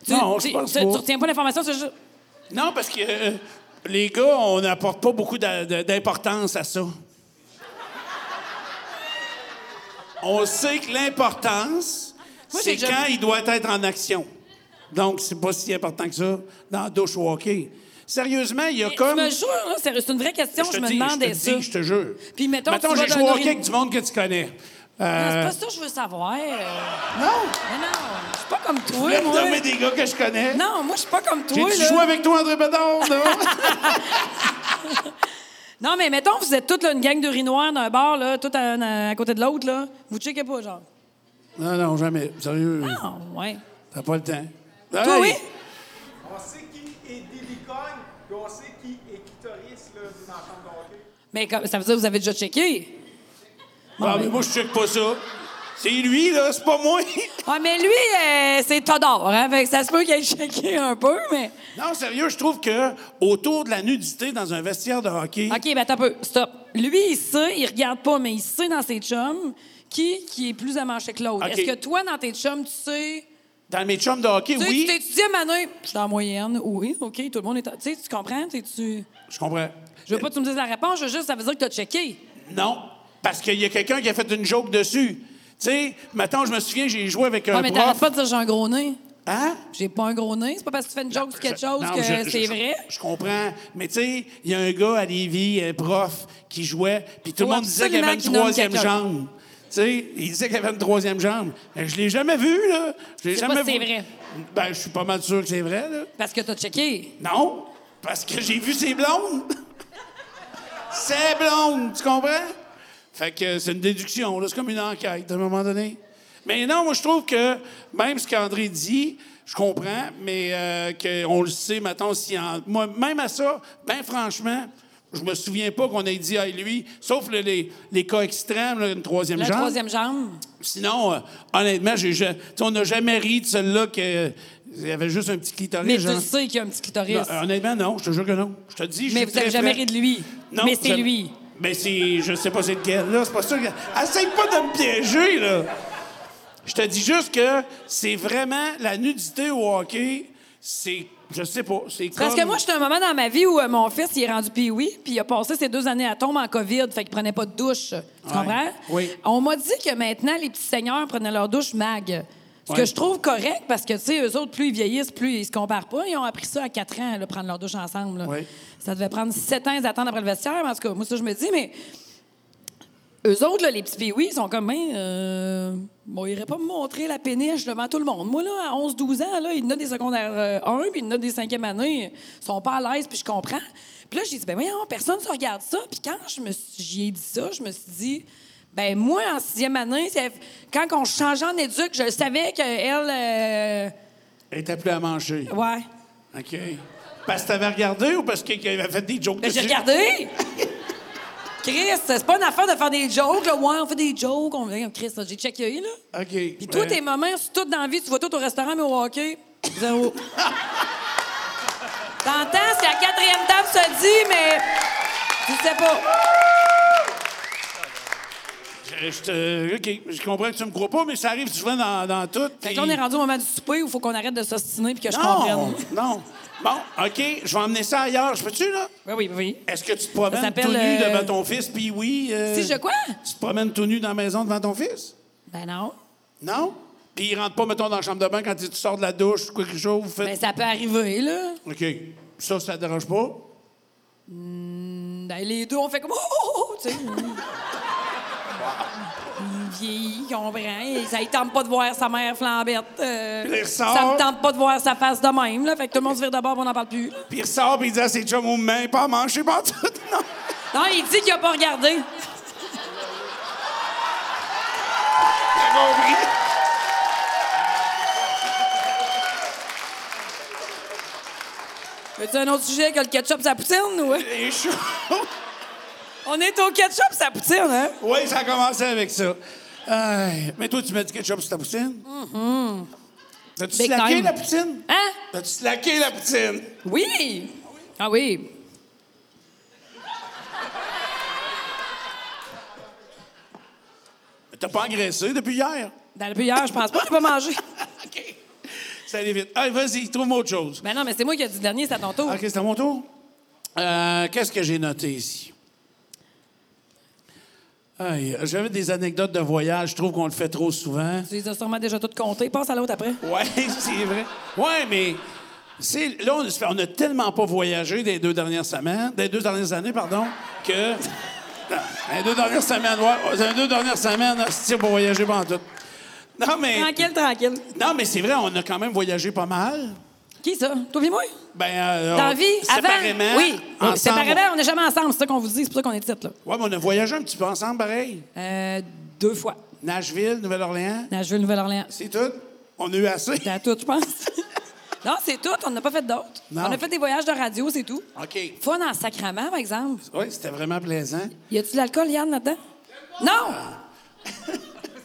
tu, Non, je tu- pense tu- pas. tu retiens pas l'information, c'est juste- Non, parce que euh, les gars, on n'apporte pas beaucoup d'a- d'a- d'importance à ça. On sait que l'importance, Moi, c'est j'ai déjà quand vu- il doit être en action. Donc, c'est pas si important que ça dans la douche ou au hockey. Sérieusement, il y a Tu comme. me jures, là, c'est c'est une vraie question, je, te me dis, je demandais te ça. dis, je te jure. Puis mettons que tu vas j'ai dans joué au une hockey orine- avec du monde que tu connais. Non, C'est Euh, pas ça que je veux savoir. euh. non, Mais non, je suis pas comme je toi, vais moi. nommer des gars que je connais. Non, moi, je suis pas comme toi. J'ai-tu là. joué avec toi, André Bedard? Non? Non, mais mettons, vous êtes toute là, une gang de rinois d'un bar, là, tout à, à- à côté de l'autre, là. Vous checkez pas, genre. non, non, jamais. Sérieux. Ah, ouais. T'as pas le temps. Toi, oui? On sait qui est délicogne, et on sait qui est clitoris là, dans la chambre d'hockey. Mais comme- ça veut dire que vous avez déjà checké. Ah, mais moi, je check pas ça. C'est lui, là, c'est pas moi. Ah, mais lui, euh, c'est Todor, hein? Fait que ça se peut qu'il ait checké un peu, mais. non, sérieux, je trouve que autour de la nudité dans un vestiaire de hockey, OK, ben, attends un peu. Stop. Lui, il sait, il regarde pas, mais il sait dans ses chums qui, qui est plus à manger que l'autre. OK. Est-ce que toi, dans tes chums, tu sais. dans mes chums de hockey, Tu sais, tu oui, t'étudies à Manu. Je suis en moyenne. Oui, OK, tout le monde est. en- Tu sais, tu comprends? Tu sais, tu. je comprends. Je veux pas que tu me dises la réponse, je veux juste, ça veut dire que t'as checké. Non, parce qu'il y a quelqu'un qui a fait une joke dessus. Tu sais, maintenant, je me souviens, j'ai joué avec un Ouais, mais t'arrêtes prof. pas de dire j'ai un gros nez. Hein? J'ai pas un gros nez. C'est pas parce que tu fais une joke sur quelque Je- chose non, que je- c'est je- vrai. Je comprends. Mais tu sais, il y a un gars à Lévis, un prof, qui jouait, puis tout le Faut monde disait qu'il y avait une absolument qu'il nomme troisième quelqu'un. jambe. Tu sais, il disait qu'il y avait une troisième jambe. Mais je l'ai jamais vu, là. Je l'ai sais pas jamais si c'est vu. vrai. Ben, je suis pas mal sûr que c'est vrai, là. Parce que t'as checké. Non, parce que j'ai vu ses blondes. c'est blonde, tu comprends? Fait que c'est une déduction, là, c'est comme une enquête à un moment donné. Mais non, moi je trouve que même ce qu'André dit, je comprends, mais qu'on le sait maintenant si en- moi même à ça, ben franchement, je me souviens pas qu'on ait dit à lui, sauf le- les, les cas extrêmes, là, une troisième La jambe. troisième jambe. Sinon, euh, honnêtement, j'ai, ja- tu sais, on n'a jamais ri de celle-là que euh, il y avait juste un petit clitoris. Mais genre. tu sais qu'il y a un petit clitoris. Non, honnêtement, non, je te jure que non. Je te dis, je mais suis vous très avez jamais franc. ri de lui. Non, mais c'est j'aime- lui. Mais c'est. Je sais pas c'est lequel, là. C'est pas sûr. que- Essaye pas de me piéger, là. Je te dis juste que c'est vraiment la nudité au hockey, c'est. Je sais pas. C'est Parce comme- que moi, j'étais à un moment dans ma vie où euh, mon fils, il est rendu pioui, puis il a passé ses deux années à tombe en COVID, fait qu'il prenait pas de douche. Tu comprends? Oui. On m'a dit que maintenant, les petits seigneurs prenaient leur douche mag. Ce que Ouais. je trouve correct, parce que, tu sais, eux autres, plus ils vieillissent, plus ils se comparent pas. Ils ont appris ça à 4 ans, là, prendre leur douche ensemble. là. Oui. Ça devait prendre 7 ans d'attendre après le vestiaire. mais En tout cas, moi, ça, je me dis, mais eux autres, là, les petits pioui, ils sont comme, ben, euh, bon, ils iraient pas me montrer la péniche devant tout le monde. Moi, là, à 11-12 ans, là, ils en ont des secondaires 1, puis ils en ont des cinquième année. Ils sont pas à l'aise, puis je comprends. Puis là, j'ai dit, ben, voyons, personne ne regarde ça. Puis quand je me suis- j'y ai dit ça, je me suis dit, ben, moi, en sixième année, c'est- quand on changeait en éduc, je savais qu'elle. Elle était plus à manger. Euh, ouais. OK. Parce que t'avais regardé ou parce qu'il avait fait des jokes Ben, j'ai dessus? regardé! Chris, c'est pas une affaire de faire des jokes, là. Ouais, on fait des jokes. On... Chris, là, j'ai checké, là. OK. Puis toi, Ben, tes moments, c'est tout dans la vie, tu vas tout au restaurant, mais au hockey, zéro. T'entends ce que la quatrième table se dit, mais tu sais pas. je- je te- OK. Je comprends que tu me crois pas, mais ça arrive souvent dans, dans tout. Fait que puis- là, on est rendu au moment du souper où il faut qu'on arrête de s'ostiner puis que je Non, comprenne. non. Bon, OK, je vais emmener ça ailleurs. Je peux-tu, là? Oui, Ben oui, oui. Est-ce que tu te promènes s'appelle, tout nu euh, devant ton fils, puis oui? euh, Si je quoi? Tu te promènes tout nu dans la maison devant ton fils? Ben non. Non? Puis il rentre pas, mettons, dans la chambre de bain quand tu tu sors de la douche, quoi quelque chose, vous Ben faites... ça peut arriver, là. OK. Ça, ça te dérange pas? Ben, les deux, on fait comme oh, oh, oh, tu sais. Il vieillit, il comprend. Il- Ça ne tente pas de voir sa mère flambette. euh, Puis il ça ressort. ne tente pas de voir sa face de même. Là. Fait que tout le monde se vire de bord, puis on n'en parle plus. Puis il ressort, puis il dit à ses chums aux mains, pas à manger, pas en tout, non? Non, il dit qu'il n'a pas regardé. compris. Veux-tu un autre sujet que le ketchup sa poutine, ou? Les choses. On est au ketchup sa poutine, hein? Oui, ça a commencé avec ça. Aïe. Mais toi, tu mets du ketchup sur ta poutine? Mm-hmm. T'as-tu Big slacké time. la poutine? Hein? T'as-tu slacké la poutine? Oui! Ah oui. T'as pas engraissé depuis hier? Dans le hier, je pense pas que j'ai pas mangé. OK. Ça allait vite. Allez, vas-y, trouve-moi autre chose. Ben non, mais c'est moi qui ai dit le dernier, c'est à ton tour. OK, c'est à mon tour. Euh, Qu'est-ce que j'ai noté ici? Aïe, J'avais des anecdotes de voyage. Je trouve qu'on le fait trop souvent. Tu les as sûrement déjà toutes comptées. Passe à l'autre après. Oui, c'est vrai. Oui, mais c'est- là, on, se fait- on a tellement pas voyagé des deux dernières semaines, des deux dernières années, pardon, que. Les deux dernières semaines, ouais. Les deux dernières semaines, c'est pas voyager pendant tout. Non, mais. Tranquille, tranquille. Non, mais c'est vrai, on a quand même voyagé pas mal. Qui ça? Toi et moi? Ben, euh, Dans on- la vie? séparément, Avant? Oui. ensemble. Séparément, on n'est jamais ensemble. C'est ça qu'on vous dit. C'est pour ça qu'on est titre, là. Ouais, mais on a voyagé un petit peu ensemble, pareil. Euh, deux fois. Nashville, Nouvelle-Orléans, Nashville, Nouvelle-Orléans. c'est tout. On a eu assez. C'est à tout, je pense. non, c'est tout. On n'a pas fait d'autres. On Non. a fait des voyages de radio, c'est tout. OK. Fun en sacrament, par exemple. Oui, c'était vraiment plaisant. Y a-tu de l'alcool, Yann, là-dedans? Non!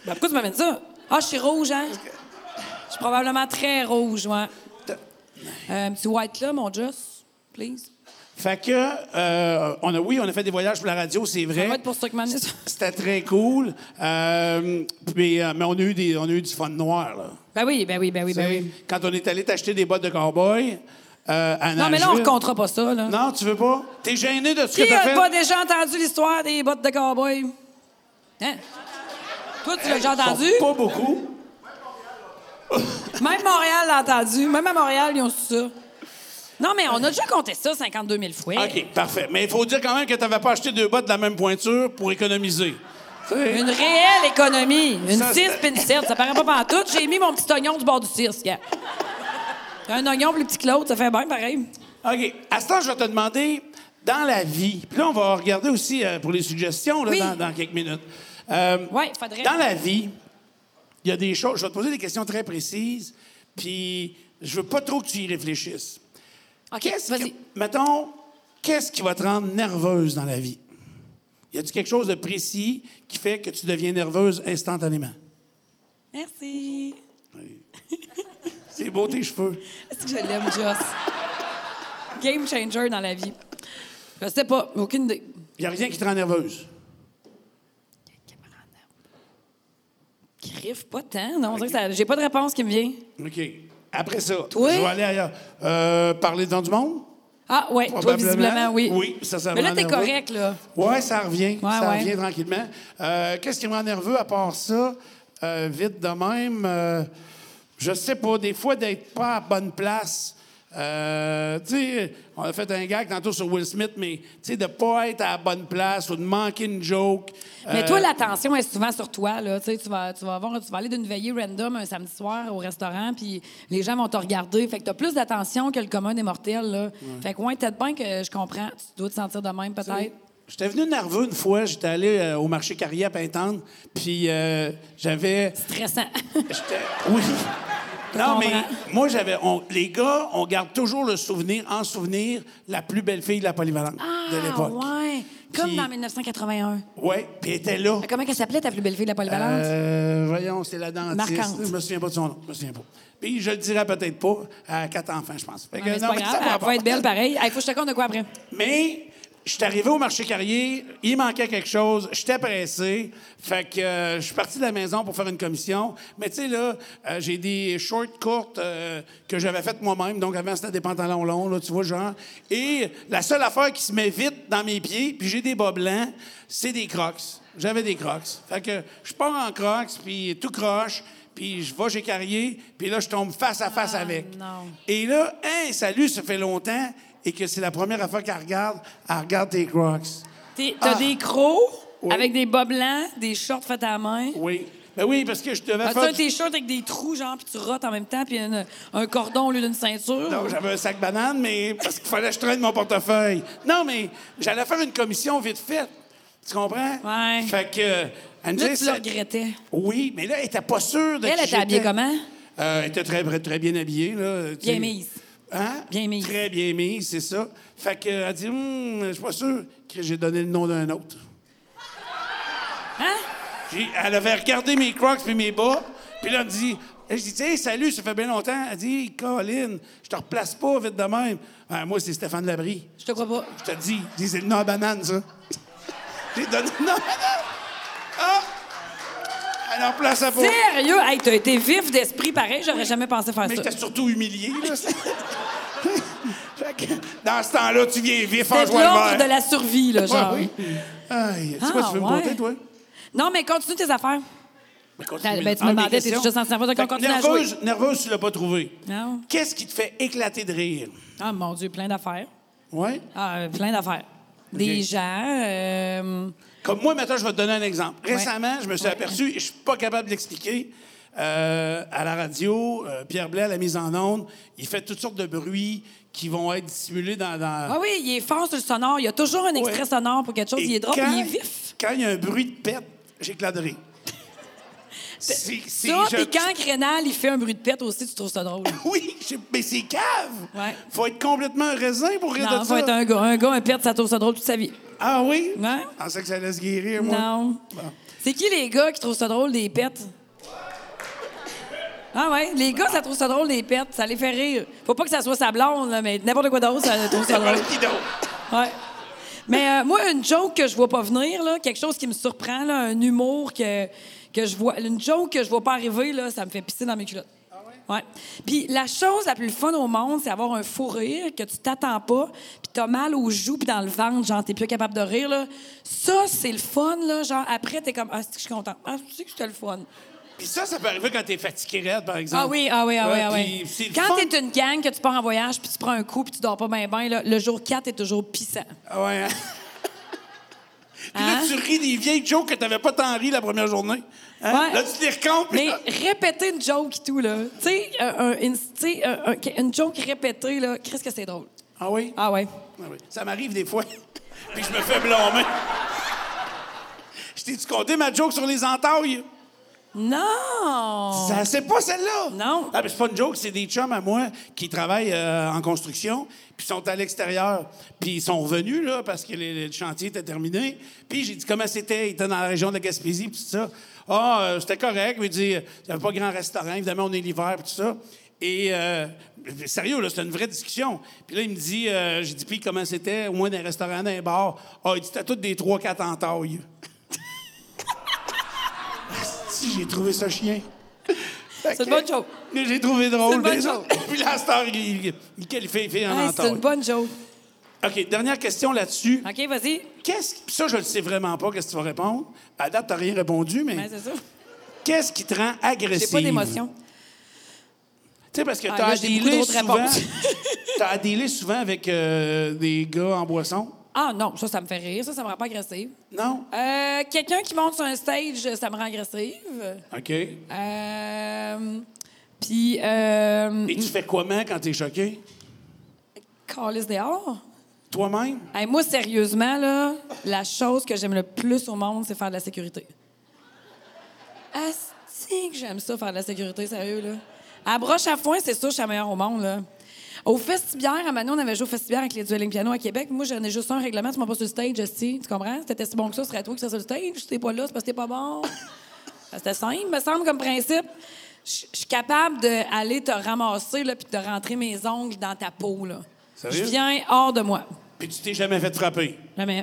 Ben, pourquoi tu m'amènes ça? Ah, je suis rouge, hein? Je suis probablement très rouge, ouais. T'as- Euh, un petit white là, mon Joss, please. Fait que, euh, on a, oui, on a fait des voyages pour la radio, c'est Ça va vrai. être pour Stockman. C'était très cool. Euh, mais, euh, mais on a eu des, on a eu du fun noir, là. Ben oui, ben oui, ben oui, ben oui. Quand on est allé t'acheter des bottes de cowboy euh, à Non, mais là, on Nashville- racontera pas ça, là. Non, tu veux pas? T'es gêné de ce que Qui t'as a fait? pas déjà entendu l'histoire des bottes de cowboy? Hein? Toi, tu l'as déjà entendu? Pas beaucoup. Même Montréal l'a entendu. Même à Montréal, ils ont su ça. Non, mais on a déjà compté ça 52 000 fois. OK, parfait. Mais il faut dire quand même que t'avais pas acheté deux bottes de la même pointure pour économiser. Tu sais, Une réelle économie. Une Ça, 6 c'est- puis une 7. Ça paraît pas pantoute. J'ai mis mon petit oignon du bord du cirque. gars. Un oignon plus petit que l'autre, ça fait bien pareil. OK. À ce temps, je vais te demander, dans la vie, puis là, on va regarder aussi euh, pour les suggestions là, Oui. dans, dans quelques minutes. Euh, Ouais, faudrait. Dans la vie, il y a des choses. Je vais te poser des questions très précises, puis je veux pas trop que tu y réfléchisses. OK, Qu'est-ce vas-y. que- mettons, qu'est-ce qui va te rendre nerveuse dans la vie? Y a-t-il quelque chose de précis qui fait que tu deviens nerveuse instantanément? Merci. C'est beau tes cheveux. Est-ce que je l'aime, Joss? Game changer dans la vie. Je sais pas. Aucune idée. Y a rien qui te rend nerveuse. Griffe pas tant. Non, on dirait que ça- j'ai pas de réponse qui me vient. OK. Après ça, Toi? je vais aller ailleurs. Euh, parler dans du monde? Ah, ouais, toi, Probablement. visiblement, oui. Oui, ça, ça Mais là, me t'es rend nerveux. correct, là. Ouais, ça revient. ça ouais. revient tranquillement. Euh, Qu'est-ce qui me rend nerveux à part ça? Euh, vite de même, euh, je sais pas, des fois d'être pas à bonne place. Euh, tu sais, on a fait un gag tantôt sur Will Smith, mais tu sais, de pas être à la bonne place ou de manquer une joke. Euh, Mais toi, l'attention est souvent sur toi. Là. Tu, sais, tu, vas, tu, vas avoir, tu vas aller d'une veillée random un samedi soir au restaurant, puis les gens vont te regarder. Fait que t'as plus d'attention que le commun des mortels. Là. Fait que, ouais, peut-être bien que je comprends. Tu dois te sentir de même, peut-être. J'étais venu nerveux une fois, j'étais allé euh, au marché Carrier à Pintante, puis euh, j'avais... Stressant. J'étais- Oui. Non, mais comprends. moi, j'avais. on- les gars, on garde toujours le souvenir, en souvenir, la plus belle fille de la polyvalente de l'époque. Ah, ouais. Comme Puis- dans 1981. Ouais, puis elle était là. Comment qu'elle s'appelait, ta plus belle fille de la polyvalente? Euh, voyons, c'est la dentiste. Marquante. Je me souviens pas de son nom. Je me souviens pas. Puis je le dirais peut-être pas à quatre enfants, je pense. Fait que, Ah, mais c'est non, pas mais ça grave. va Elle pas. va être belle, pareil. Il faut que je te compte de quoi après. Mais je suis arrivé au marché carrier, il manquait quelque chose, j'étais pressé, fait que euh, je suis parti de la maison pour faire une commission. Mais tu sais, là, euh, j'ai des shorts courtes euh, que j'avais faites moi-même, donc avant c'était des pantalons longs, là, tu vois, genre. Et la seule affaire qui se met vite dans mes pieds, puis j'ai des bas blancs, c'est des crocs. J'avais des crocs. Fait que je pars en crocs, puis tout croche, puis je vais chez Carrier, puis là, je tombe face à face avec. non. Et là, hey, salut, ça fait longtemps, et que c'est la première fois qu'elle regarde, elle regarde tes Crocs. T'es- T'as Ah. des crocs Oui. avec des bas blancs, des shorts faits à la main. Oui. Ben oui, parce que je devais As-tu faire. un du- t-shirt avec des trous, genre, puis tu rotes en même temps, puis une- un cordon au lieu d'une ceinture? Non, j'avais un sac banane, mais parce qu'il fallait que je traîne mon portefeuille. Non, mais j'allais faire une commission vite fait. Tu comprends? Ouais. Fait que Elle nous Là, dit, tu le ça- regrettais. Oui, mais là, elle n'était pas sûre de Elle, qui elle était habillée j'étais. comment? Euh, elle était très, très, très bien habillée. Là, Tu Bien sais. mise. Hein? Bien mise. Très bien mise, c'est ça. Fait qu'elle a dit, Hum, je suis pas sûr que j'ai donné le nom d'un autre. Hein? J'ai- elle avait regardé mes crocs puis mes bas, puis là, elle me dit, et je dis, hey, salut, ça fait bien longtemps. Elle dit, hey, Colin, je te replace pas vite de même. Ah, moi, c'est Stéphane Labrie. Je te crois pas. Je te dis, je dis, c'est le nom à banane, ça. j'ai donné le nom à banane. Ah! Elle en place à pas. Sérieux? Hey, t'as été vif d'esprit pareil, j'aurais jamais pensé faire Mais ça. j'étais surtout humilié, là. Fait que, Dans ce temps-là, tu viens vif en C'était de jouant le l'ordre vert. de la survie, là, genre. Ouais, oui. Aïe, tu sais pas, Ah, tu veux me ouais. compter, toi? Non, mais continue tes affaires. Ben, Ben, continue. ben, tu Ah, me des demandais, questions. t'es-tu juste en savoir de quoi Fait que continuer à jouer? Nerveuse, nerveuse, tu l'as pas trouvé. Non. Qu'est-ce qui te fait éclater de rire? Ah, mon Dieu, plein d'affaires. Ouais. Ah, euh, plein d'affaires. Des Ok. gens. euh, Comme moi, maintenant, je vais te donner un exemple. Récemment, je me suis Ouais. aperçu, et je suis pas capable de l'expliquer, euh, à la radio, euh, Pierre Blais, à la mise en onde, il fait toutes sortes de bruits qui vont être dissimulés dans... dans... Ah oui, il est fort sur le sonore. Il y a toujours un extrait Ouais. sonore pour quelque chose. Et il est drôle, quand- il est vif. Quand il y a un bruit de pète, j'éclate de rire. C'est c'est- Ça, je- puis quand Grénal, il fait un bruit de pète aussi, tu trouves ça drôle. Oui, je- mais c'est cave. Ouais. Faut être complètement raisin pour rire non, de faut ça. être un gars. Un gars, un pète, ça trouve ça drôle toute sa vie. Ah oui? Ouais. Je pensais que ça laisse guérir, moi. Non. C'est qui les gars qui trouvent ça drôle des pets? Ah ouais, les gars, ça trouve ça drôle des pets. Ça les fait rire. Faut pas que ça soit sa blonde, là, mais n'importe quoi d'autre, ça trouve ça drôle. Qui donc? Ouais. Mais euh, moi, une joke que je vois pas venir, là, quelque chose qui me surprend, là, un humour que, que je vois. Une joke que je vois pas arriver, là, ça me fait pisser dans mes culottes. Ah Ouais. Puis la chose la plus fun au monde, c'est avoir un fou rire que tu t'attends pas, puis t'as mal aux joues, puis dans le ventre, genre t'es plus capable de rire là. Ça c'est le fun là, genre après t'es comme ah c'est que je suis contente, ah tu sais que c'était le fun. Puis ça, ça peut arriver quand t'es fatigué raide, par exemple. Ah oui, ah oui, ah oui, Ouais, ah puis oui. c'est le Quand fun. t'es une gang que tu pars en voyage puis tu prends un coup puis tu dors pas bien bien là, le jour 4 est toujours pissant. Ah ouais. hein? Puis là, Hein? tu ris des vieilles jokes que t'avais pas tant ri la première journée. Hein? Ouais. Là, tu les recomptes. puis Mais là- répéter une joke et tout, là. Tu sais, un- un- une, tu sais, un- un- une joke répétée, là, qu'est-ce que c'est drôle? Ah oui? Ah ouais. Ah oui. Ça m'arrive des fois. Puis je me fais blâmer. Je t'ai-tu compté ma joke sur les entailles? Non! Ça, c'est pas celle-là. Non. Ah, mais c'est pas une joke, c'est des chums à moi qui travaillent euh, en construction, puis sont à l'extérieur, puis ils sont revenus, là, parce que les- le chantier était terminé. Puis j'ai dit comment c'était, ils étaient dans la région de la Gaspésie, puis tout ça. Ah, euh, c'était correct, mais il dit, il n'y avait pas grand restaurant, évidemment, on est l'hiver, puis tout ça. Et euh, mais sérieux, là, c'était une vraie discussion. Puis là, il me dit, euh, j'ai dit, puis comment c'était, au moins dans un restaurant, dans un bar. Ah, il dit, t'as toutes des 3-4 entailles. Si, j'ai trouvé ça chien. C'est une bonne joke. Mais j'ai trouvé drôle. C'est une bonne mais ça- joke. Puis la star, il, il- il qualifie les filles en Hey, c'est entente. une bonne joke. OK, dernière question là-dessus. OK, vas-y. Qu'est-ce... puis Ça, je ne sais vraiment pas qu'est-ce que tu vas répondre. À date, tu n'as rien répondu, mais Ouais, c'est ça. qu'est-ce qui te rend agressive? J'ai pas d'émotion. Tu sais, parce que tu Ah, as là, à j'ai beaucoup dealer d'autres souvent... réponses. t'as à dealer souvent avec euh, des gars en boisson. Ah non, ça, ça me fait rire. Ça, ça me rend pas agressive. Non? Euh, Quelqu'un qui monte sur un stage, ça me rend agressive. OK. Et Euh, Puis, euh, tu fais comment quand tu es choqué? Carlis dehors. Toi-même? Hey, moi, sérieusement, là, la chose que j'aime le plus au monde, c'est faire de la sécurité. Asti que j'aime ça, faire de la sécurité, sérieux, là. À broche à foin, c'est sûr, je suis la meilleure au monde, là. Au festibière, à Manon, on avait joué au festibière avec les dueling piano à Québec. Moi, j'en ai juste un règlement, tu m'as pas sur le stage, Asti. Tu comprends? Si t'étais si bon que ça, ce serait à toi qui serais sur le stage. Si t'es pas là, c'est parce que t'es pas bon. C'était simple, me semble, comme principe. Je je suis capable d'aller te ramasser, là, puis de rentrer mes ongles dans ta peau, là. Je Sérieux? viens hors de moi. Puis tu t'es jamais fait frapper. Jamais.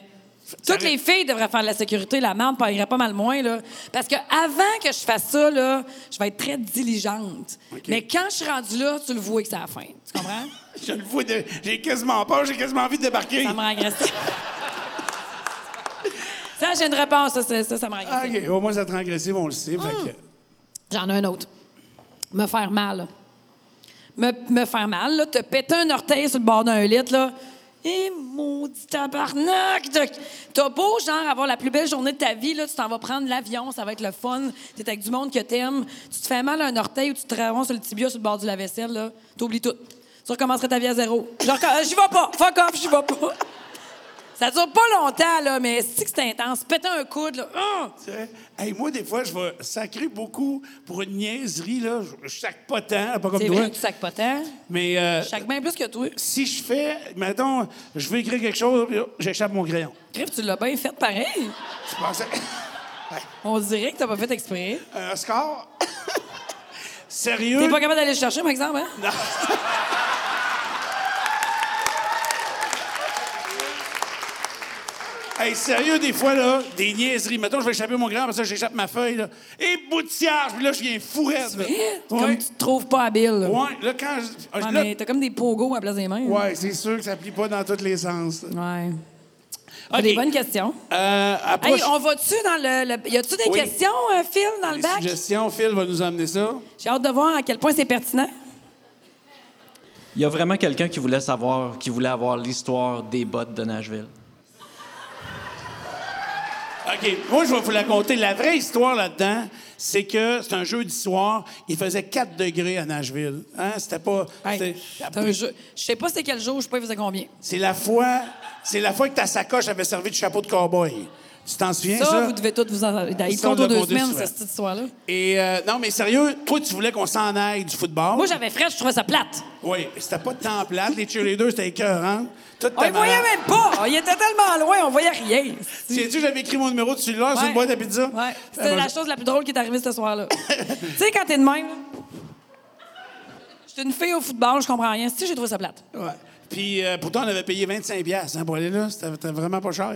ça Toutes ré- les filles devraient faire de la sécurité, la merde paierait pas mal moins, là. Parce que avant que je fasse ça, là, je vais être très diligente. OK. Mais quand je suis rendue là, tu le vois que c'est la fin. Tu comprends? Je le vois, de- j'ai quasiment peur, j'ai quasiment envie de débarquer. ça me rend agressive. ça, j'ai une réponse, ça, c'est- ça, ça me rend Ah, agressive. OK. Au moins, ça te rend agressif, on le sait. fait que- J'en ai un autre. Me faire mal. Me, me faire mal, là. Te péter un orteil sur le bord d'un lit, là. Et maudit tabarnak! de- T'as beau, genre, avoir la plus belle journée de ta vie, là, tu t'en vas prendre l'avion, ça va être le fun, t'es avec du monde que t'aimes, tu te fais mal à un orteil ou tu te ronces sur le tibia sur le bord du lave-vaisselle, là, t'oublies tout. Tu recommencerais ta vie à zéro. Genre, euh, j'y vais pas! Fuck off, j'y vais pas! Ça dure pas longtemps, là, mais c'est que c'est intense. Péter un coude, là. hum! Tu sais, hey, moi, des fois, je vais sacrer beaucoup pour une niaiserie, là. Je, je sacre pas tant, pas comme C'est toi. vrai que tu sacs pas tant. Mais euh, Je sac bien plus que toi. si je fais, mettons, je veux écrire quelque chose, puis, oh, j'échappe mon crayon. Griff, tu l'as bien fait pareil. Je pensais. On dirait que t'as pas fait exprès. Un score? Sérieux? T'es pas capable d'aller le chercher, par exemple, hein? Hey, sérieux, des fois, là, des niaiseries. Mettons, je vais échapper mon grand, parce que j'échappe ma feuille, là. Et bout de cierge, puis là, je viens fourrer. là. Hein? Ouais. Comme tu te trouves pas habile. là. Ouais, Ouais, là, quand je- ah, là- mais t'as comme des pogos à la place des mains. hein? Ouais, c'est sûr que ça plie pas dans tous les sens. là. Ouais. OK. Des bonnes questions. Euh, Hey, approche... on va-tu dans le. le- Y a-tu des Oui. questions, euh, Phil, dans le Les bac? suggestions, Phil va nous emmener ça. J'ai hâte de voir à quel point c'est pertinent. Il y a vraiment quelqu'un qui voulait savoir, qui voulait avoir l'histoire des bottes de Nashville. OK. Moi, je vais vous la conter. La vraie histoire là-dedans, c'est que c'est un jeudi soir. Il faisait 4 degrés à Nashville. Hein? C'était pas. Hey, c'était- t'as un jeu- Je sais pas c'est quel jour, je sais pas il faisait combien. C'est la fois. C'est la fois que ta sacoche avait servi de chapeau de cow-boy. Tu t'en souviens, ça? Ça, vous devez tous vous en. Il Ça, on compte aux l'a deux bondé semaines, souvent. cette histoire-là. Et euh, non, mais sérieux, toi, tu voulais qu'on s'en aille du football. Moi, j'avais fraîche, je trouvais ça plate. Oui, c'était pas de temps plate. Les cheerleaders, c'était écœurant. Tout On les voyait même pas. On y était tellement loin, on voyait rien. Tu dit j'avais écrit mon numéro de celui-là sur Ouais. une boîte à pizza? Ouais. Ah, C'était bon, la chose la plus drôle qui est arrivée ce soir-là. tu sais, quand t'es de même, là, j'étais une fille au football, je comprends rien. Tu sais, j'ai trouvé ça plate. Ouais. Puis euh, pourtant, on avait payé 25$ piastres, hein, pour aller là. C'était c'était vraiment pas cher.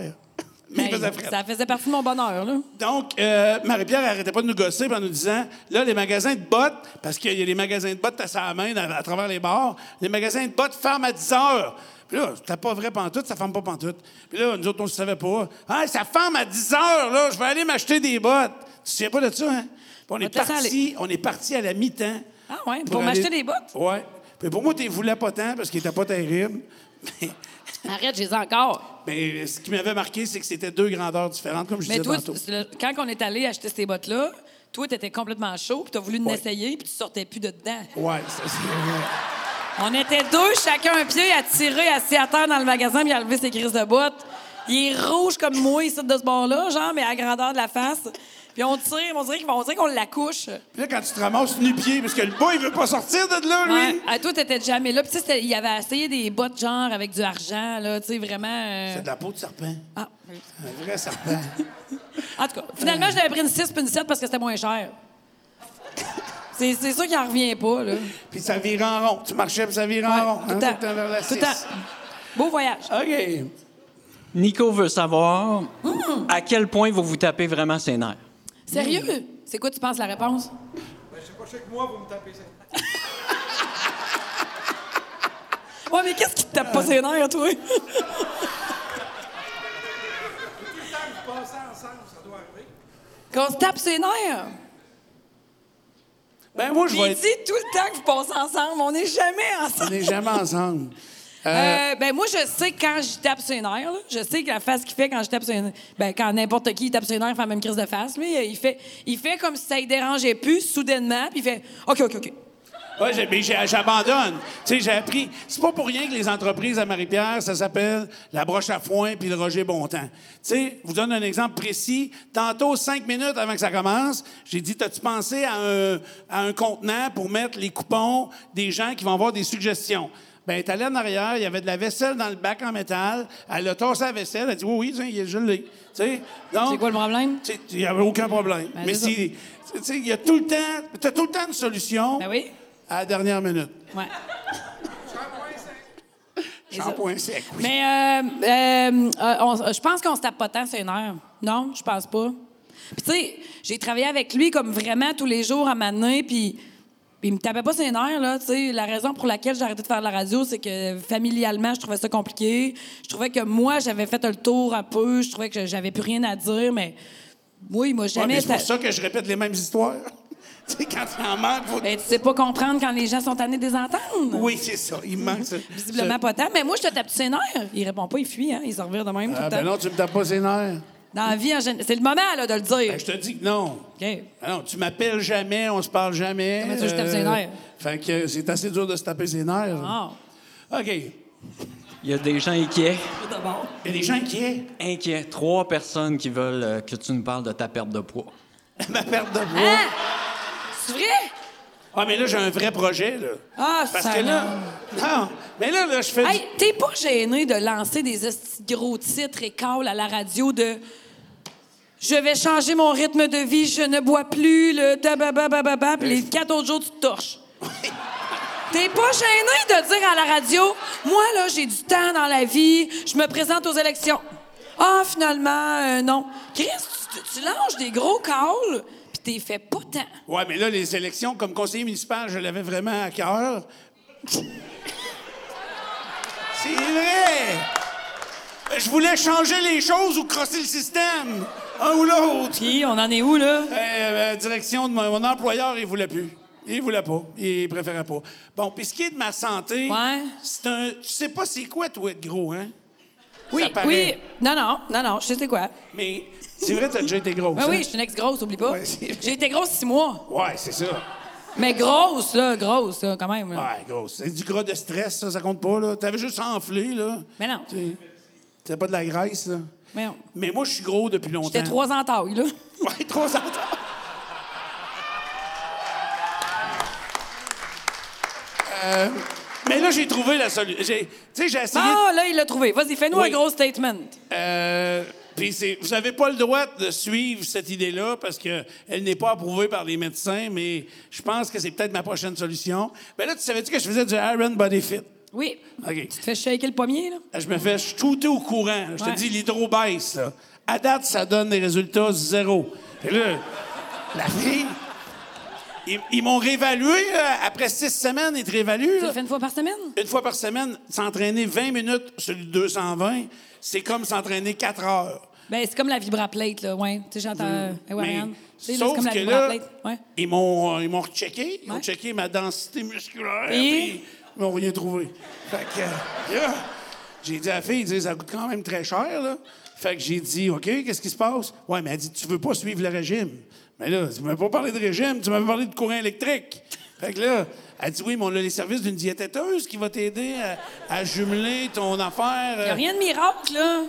Mais Hey, il faisait frais. ça faisait partie de mon bonheur, là. Donc, euh, Marie-Pierre arrêtait pas de nous gosser en nous disant là, les magasins de bottes, parce qu'il y a les magasins de bottes, t'as ça à la main dans- à travers les bars, les magasins de bottes ferment à 10 heures. Puis là, c'était pas vrai pantoute, ça ferme pas pantoute. Puis là, nous autres, on ne savait pas. Ah, ça ferme à 10 heures, là, je vais aller m'acheter des bottes. Tu te souviens pas de ça, hein? Puis on, est te laisser parti, on est parti à la mi-temps. Ah ouais, pour m'acheter des bottes? Ouais. Puis pour moi, tu voulais pas tant parce qu'il était pas terrible. Mais, Arrête, j'ai encore. mais ce qui m'avait marqué, c'est que c'était deux grandeurs différentes, comme je Mais disais toi, tantôt. c'est le- quand on est allé acheter ces bottes-là, toi, t'étais complètement chaud, puis t'as voulu Ouais. l'essayer, puis tu sortais plus de dedans. Ouais, ça, c'est vrai. On était deux, chacun un pied, à tirer assis à terre dans le magasin, puis à lever ses crises de bottes. Il est rouge comme moi, ici, de ce bord-là, genre, mais à la grandeur de la face. Puis on tire, mais on dirait qu'on on dirait qu'on l'accouche. Puis là, quand tu te ramasses nu-pied, parce que le bas, il veut pas sortir de là, lui. Ouais. À toi, t'étais jamais là. Puis tu sais, c'était- il avait essayé des bottes, genre, avec du argent, là, tu sais, vraiment... euh, C'est de la peau de serpent. ah. Un vrai serpent. En tout cas, Euh. finalement, je l'avais pris une 6 puis une 7 parce que c'était moins cher. C'est c'est sûr qu'il en revient pas, là. puis ça vire en rond. Tu marchais, puis ça vire en rond. tout hein, le temps. tout le temps vers la Tout six. le temps. Beau voyage. OK. Nico veut savoir à quel point vous vous tapez vraiment ses nerfs. Sérieux? C'est quoi, tu penses, la réponse? Ben, je sais pas, je sais que moi, vous me tapez ça. Ouais, mais qu'est-ce qui te tape pas ses nerfs, toi? Tout le temps que vous passez ensemble, ça doit arriver. Qu'on se tape ses nerfs? Ben, moi, je Puis vais il être... dit tout le temps que vous passez ensemble. On n'est jamais On ensemble. n'est jamais ensemble. Euh, ben moi, je sais quand je tape ses nerfs. là. Je sais que la face qu'il fait quand je tape ses nerfs... Ben, quand n'importe qui tape ses nerfs, il fait la même crise de face. Lui, il fait, il fait comme si ça ne dérangeait plus, soudainement, puis il fait « OK, OK, OK ». Ouais, j'ai- mais j'ai- j'abandonne. Tu sais, j'ai appris. C'est pas pour rien que les entreprises à Marie-Pierre, ça s'appelle la broche à foin puis le Roger Bontemps. Tu sais, je vous donne un exemple précis. Tantôt, cinq minutes avant que ça commence, j'ai dit T'as-tu pensé à un, à un contenant pour mettre les coupons des gens qui vont avoir des suggestions? Ben, elle est allée en arrière, il y avait de la vaisselle dans le bac en métal. Elle a torsé la vaisselle, elle a dit Oui, oui, tiens, il est gelé. Tu sais, donc- C'est quoi le problème? Tu sais, Il n'y avait aucun problème. Ben, Mais c'est ça. si. tu sais, Il y a tout le temps. Tu as tout le temps une solution Ben oui. à la dernière minute. Ouais. Shampoing sec, oui. Mais euh, euh, euh, on- je pense qu'on se tape pas tant, c'est une heure. Non, je pense pas. Puis tu sais, j'ai travaillé avec lui comme vraiment tous les jours à m'amener, puis il me tapait pas ses nerfs, là, tu sais. La raison pour laquelle j'ai arrêté de faire de la radio, c'est que familialement, je trouvais ça compliqué. Je trouvais que moi, j'avais fait le tour un peu. Je trouvais que j'avais plus rien à dire, mais oui, il m'a Ouais, jamais... mais c'est pour ta- ça que je répète les mêmes histoires. tu sais, quand il en manque, faut... Ben, tu sais pas comprendre quand les gens sont tannés des entendre. Oui, c'est ça. Il me manque ça. Visiblement pas tant, mais moi, je te tape ses nerfs. Il répond pas, il fuit, hein. Il s'en revient de même tout Ah, le temps. ben non, tu me tapes pas ses nerfs. Dans la vie, en général. C'est le moment, là, de le dire. Ben, je te dis que non. OK. Ah non, tu m'appelles jamais, on se parle jamais. Euh, Comment tu veux que je tape ses nerfs? Hein? Fait que c'est assez dur de se taper ses nerfs. Ah. OK. Il y a des gens inquiets. D'abord. Il y a des gens inquiets. Inquiets. Trois personnes qui veulent euh, que tu nous parles de ta perte de poids. Ma perte de poids. Hein? C'est vrai? Ah, mais là, j'ai un vrai projet, là. Ah, Parce ça que là. non. Non, mais là, là, je fais. du- Hey, t'es pas gêné de lancer des esti de gros titres et calls à la radio de Je vais changer mon rythme de vie, je ne bois plus, le dabababababa, puis les quatre autres jours, tu te torches. T'es pas gêné de dire à la radio Moi, là, j'ai du temps dans la vie, je me présente aux élections. Ah, finalement, euh, non. Chris, tu, tu- tu lances des gros calls, puis t'es fait pas tant. Ouais, mais là, les élections, comme conseiller municipal, je l'avais vraiment à cœur. C'est vrai! Je voulais changer les choses ou crosser le système. Un ou l'autre. Puis, on en est où, là? Euh, euh, direction de mon, mon employeur, il voulait plus. Il voulait pas. Il préférait pas. Bon, puis ce qui est de ma santé, Ouais. c'est un. Tu sais pas c'est quoi, toi, être gros, hein? Oui, Ça paraît. oui. Non, non, non, non, je sais c'est quoi. Mais c'est vrai, t'as déjà été grosse. Ben hein? oui, je suis une ex-grosse, oublie pas. Ouais, c'est- J'ai été grosse six mois. Ouais, c'est ça. Mais grosse, là, grosse, là, quand même. là. Ah, Ouais, grosse. C'est du gras de stress, ça, ça compte pas, là. T'avais juste enflé, là. Mais non. T'sais, T'as pas de la graisse, là. Mais non. Mais moi, je suis gros depuis longtemps. J'étais trois ans en taille, là. Ouais, trois ans. Euh, mais là, j'ai trouvé la solution. Tu sais, j'ai essayé. de- Ah, là, il l'a trouvé. Vas-y, fais-nous Oui. un gros statement. Euh, puis c'est- vous n'avez pas le droit de suivre cette idée-là parce que elle n'est pas approuvée par les médecins, mais je pense que c'est peut-être ma prochaine solution. Ben là, tu savais-tu que je faisais du Iron Body Fit? Oui. OK. Tu te fais shaker le pommier, là? Je me fais shooter au courant. Je te Ouais. dis, l'hydro baisse. là. À date, ça donne des résultats zéro. Et là, la fille, ils, ils m'ont réévalué. là. Après six semaines, ils te réévaluent. Tu là. le fais une fois par semaine? Une fois par semaine, s'entraîner 20 minutes sur le 220, c'est comme s'entraîner 4 heures. Ben, c'est comme la vibraplate, là, ouais. Tu sais, j'entends. euh, eh ouais, Mais- Ryan. Tu sais, là, c'est sauf comme la que là, vibraplate. Ouais. ils m'ont euh, ils m'ont rechecké. Ils ont Ouais. checké ma densité musculaire. Et? puis Ils m'ont rien trouvé. Fait que, euh, yeah. j'ai dit à la fille, ils disent, ça coûte quand même très cher, là. Fait que j'ai dit, OK, qu'est-ce qui se passe? Ouais, mais elle dit, tu veux pas suivre le régime. Mais là, tu m'as pas parlé de régime, tu m'avais parlé de courant électrique. Fait que là, elle dit, oui, mais on a les services d'une diététeuse qui va t'aider à, à jumeler ton affaire. Y a euh, rien de miracle, là.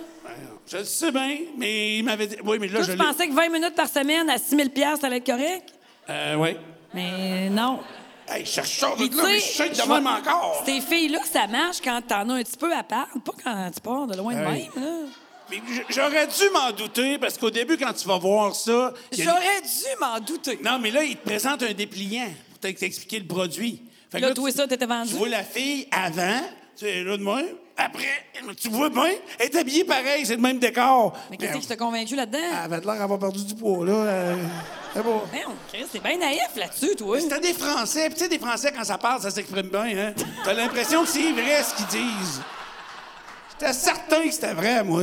Je le sais bien, mais il m'avait dit, oui, mais là, Toi, je tu l'ai- pensais que 20 minutes par semaine à 6 000 ça allait être correct? Euh, ouais. Mais non. Hey, je cherche ça, Puis, de là, mais je tu sais, shake de je même vois- encore. Ces filles-là, ça marche quand t'en as un petit peu à part, pas quand tu pars de loin de Hey. même. là. Mais j- J'aurais dû m'en douter parce qu'au début, quand tu vas voir ça. il y a J'aurais dû m'en douter. des- Non, mais là, il te présente un dépliant pour t'ex- t'expliquer le produit. Fait Là, tu- toi, ça, t'étais vendu. Tu vois la fille avant, tu es là de même. Après, tu vois bien, elle est habillée pareil, c'est le même décor. Mais qu'est-ce Ben, qui t'a convaincu Elle là-dedans? avait l'air d'avoir perdu du poids, là. euh, c'est bon. Merde, Chris, t'es bien naïf là-dessus, toi. C'était des Français. Puis tu sais, des Français, quand ça parle, ça s'exprime bien, hein? T'as l'impression que c'est vrai ce qu'ils disent. J'étais certain que c'était vrai, moi.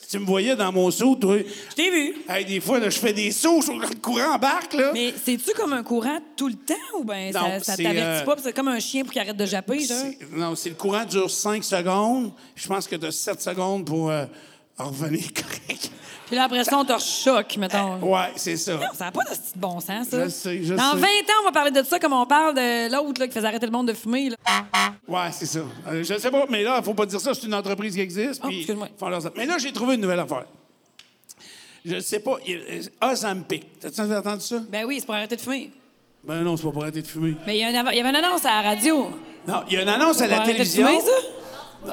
Si tu me voyais dans mon saut, toi. Je t'ai vu. Hey, des fois, là, je fais des sauts, je suis le courant embarque, là. Mais c'est-tu comme un courant tout le temps ou bien Non, ça, ça c'est, t'avertit euh, pas? puis C'est comme un chien pour qu'il arrête de japper, là. C'est- Non, si le courant dure 5 secondes, je pense que t'as 7 secondes pour euh, en revenir correct. Puis là, après ça, on te rechoque, mettons. Ouais, c'est ça. Ah, Non, Ça n'a pas de petit bon sens, ça. Je sais, je Dans sais. 20 ans, on va parler de ça comme on parle de l'autre là, qui faisait arrêter le monde de fumer. Là. Ouais, c'est ça. Euh, je sais pas, mais là, faut pas dire ça, c'est une entreprise qui existe. Oh, puis excuse-moi. ils font leurs affaires. Mais là, j'ai trouvé une nouvelle affaire. Je sais pas, il- euh, Ozempic. T'as-tu entendu ça? Ben oui, c'est pour arrêter de fumer. Ben non, c'est pas pour arrêter de fumer. Mais il y, a une av- il y avait une annonce à la radio. Non, il y a une annonce à Pour la arrêter de télévision. fumer, ça?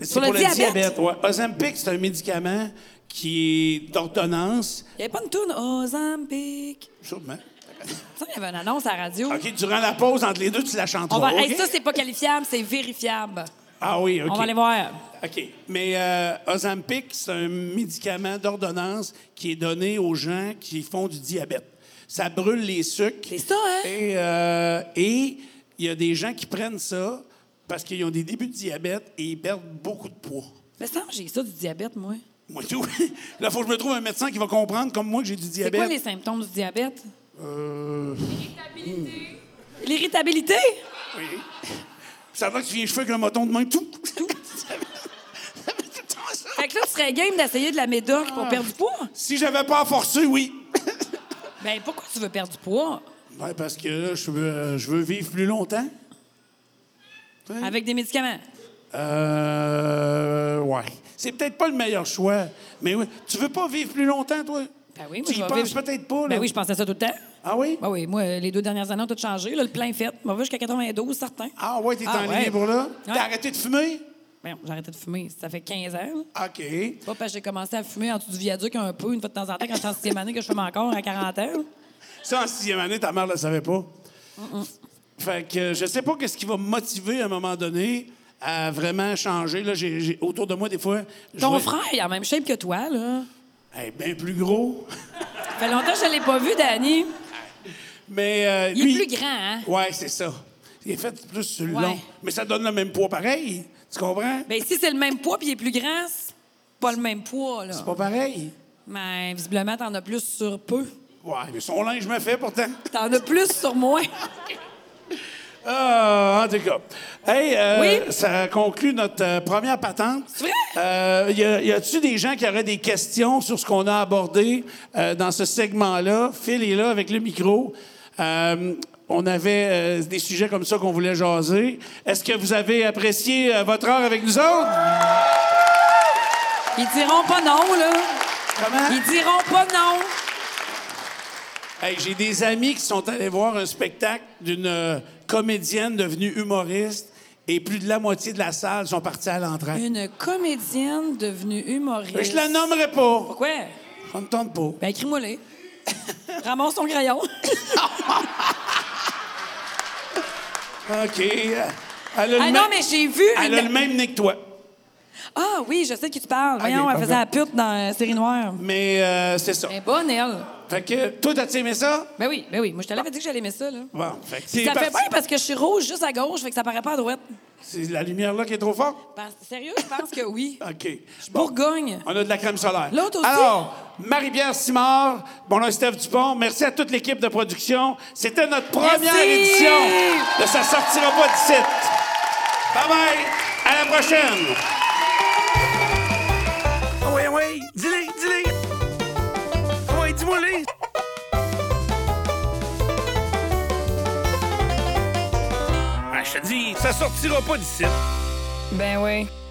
C'est Pour le diabète? ouais. Ozempic, c'est un médicament qui est d'ordonnance. Il n'y avait pas une tourne Ozempic. Sûrement. Ça, il y avait une annonce à la radio. OK, durant la pause, entre les deux, tu la chanteras. On va... hey, OK? ça, c'est pas qualifiable, c'est vérifiable. Ah oui, OK. On va aller voir. OK. Mais euh, Ozempic, c'est un médicament d'ordonnance qui est donné aux gens qui font du diabète. Ça brûle les sucres. C'est ça, hein? Et euh, et il y a des gens qui prennent ça parce qu'ils ont des débuts de diabète et ils perdent beaucoup de poids. Mais ça, j'ai ça du diabète, moi. Moi, tout. Là, faut que je me trouve un médecin qui va comprendre, comme moi, que j'ai du C'est diabète. Euh, quoi les symptômes du diabète? L'irritabilité. Ça va que tu viens cheveux avec un moton de main, tout. Ça fait- ça fait tout le temps ça. Fait que là, tu serais game d'essayer de la médoc pour perdre du poids. Si j'avais pas à forcer, oui. Ben, pourquoi tu veux perdre du poids? Ouais, parce euh, que là, je veux, je veux vivre plus longtemps. Avec des médicaments. Euh, ouais. C'est peut-être pas le meilleur choix, mais oui. Tu veux pas vivre plus longtemps, toi? Ben oui, moi, tu y je vais penses vivre- peut-être pas, là. Ben oui, je pensais ça tout le temps. Ah oui? Ben oui, moi, les deux dernières années, on a tout changé. Là, le plein fait. Moi, jusqu'à 92, certain. Ah ouais, t'es Ah en ouais. ligne pour là? Ouais. T'as arrêté de fumer? Ben, j'ai arrêté de fumer. Ça fait 15 ans. là. OK. Pas parce que j'ai commencé à fumer en dessous du viaduc un peu, une fois de temps en temps, quand j'étais en sixième année, que je fume encore à 40 ans. Ça, en sixième année, ta mère ne le savait pas. Fait que euh, je sais pas qu'est-ce qui va me motiver à un moment donné à vraiment changer. Là, j'ai, j'ai- autour de moi, des fois... je Ton vois- frère, il a la même shape que toi, là. Eh, bien plus gros. Ça fait longtemps que je ne l'ai pas vu, Danny. Mais, euh, Il est lui- plus grand, hein? Ouais, c'est ça. Il est fait plus sur le Ouais. long. Mais ça donne le même poids pareil. Tu comprends? Ben, si c'est le même poids puis il est plus grand, c'est pas le même poids, là. C'est pas pareil. Mais visiblement, t'en as plus sur peu. Ouais, mais son linge me fait pourtant. T'en as plus sur moins. Ah, en tout cas. Hey, euh, Oui? ça conclut notre euh, première patente. C'est vrai? Euh, y a- y a-tu des gens qui auraient des questions sur ce qu'on a abordé euh, dans ce segment-là? Phil est là avec le micro. Euh, on avait euh, des sujets comme ça qu'on voulait jaser. Est-ce que vous avez apprécié euh, votre heure avec nous autres? Ils diront pas non, là. Comment? Ils diront pas non. Hey, J'ai des amis qui sont allés voir un spectacle d'une euh, comédienne devenue humoriste et plus de la moitié de la salle sont partis à l'entraide. Une comédienne devenue humoriste. Je la nommerai pas. Pourquoi? Ça me tente pas. Ben, écris-moi les. Ramasse ton crayon. OK. Elle a le ah non, même- mais j'ai vu. Elle a une- le même nez que toi. Ah oui, je sais de qui tu parles. Voyons, Ok, elle faisait la pute dans la série noire. Mais euh, c'est ça. Elle est bonne, elle. Fait que, toi, t'as-tu aimé ça? Ben oui, ben oui. Moi, je te l'avais dit que j'allais aimer ça, là. Bon, fait que c'est Ça fait parti. bien parce que je suis rouge juste à gauche, fait que ça paraît pas à droite. C'est la lumière là qui est trop forte? Ben, sérieux, je pense que oui. OK. Bon, Bourgogne. on a de la crème solaire. L'autre aussi. Alors, Marie-Pierre Simard, bon, là, Steph Dupont, merci à toute l'équipe de production. C'était notre première Merci. édition de Ça sortira pas d'ici. Bye-bye. À la prochaine. Ah ouais, ah ouais, dis-le, dis-le. Ah ouais, dis-moi les. Ah, je te dis, ça sortira pas d'ici. Ben oui.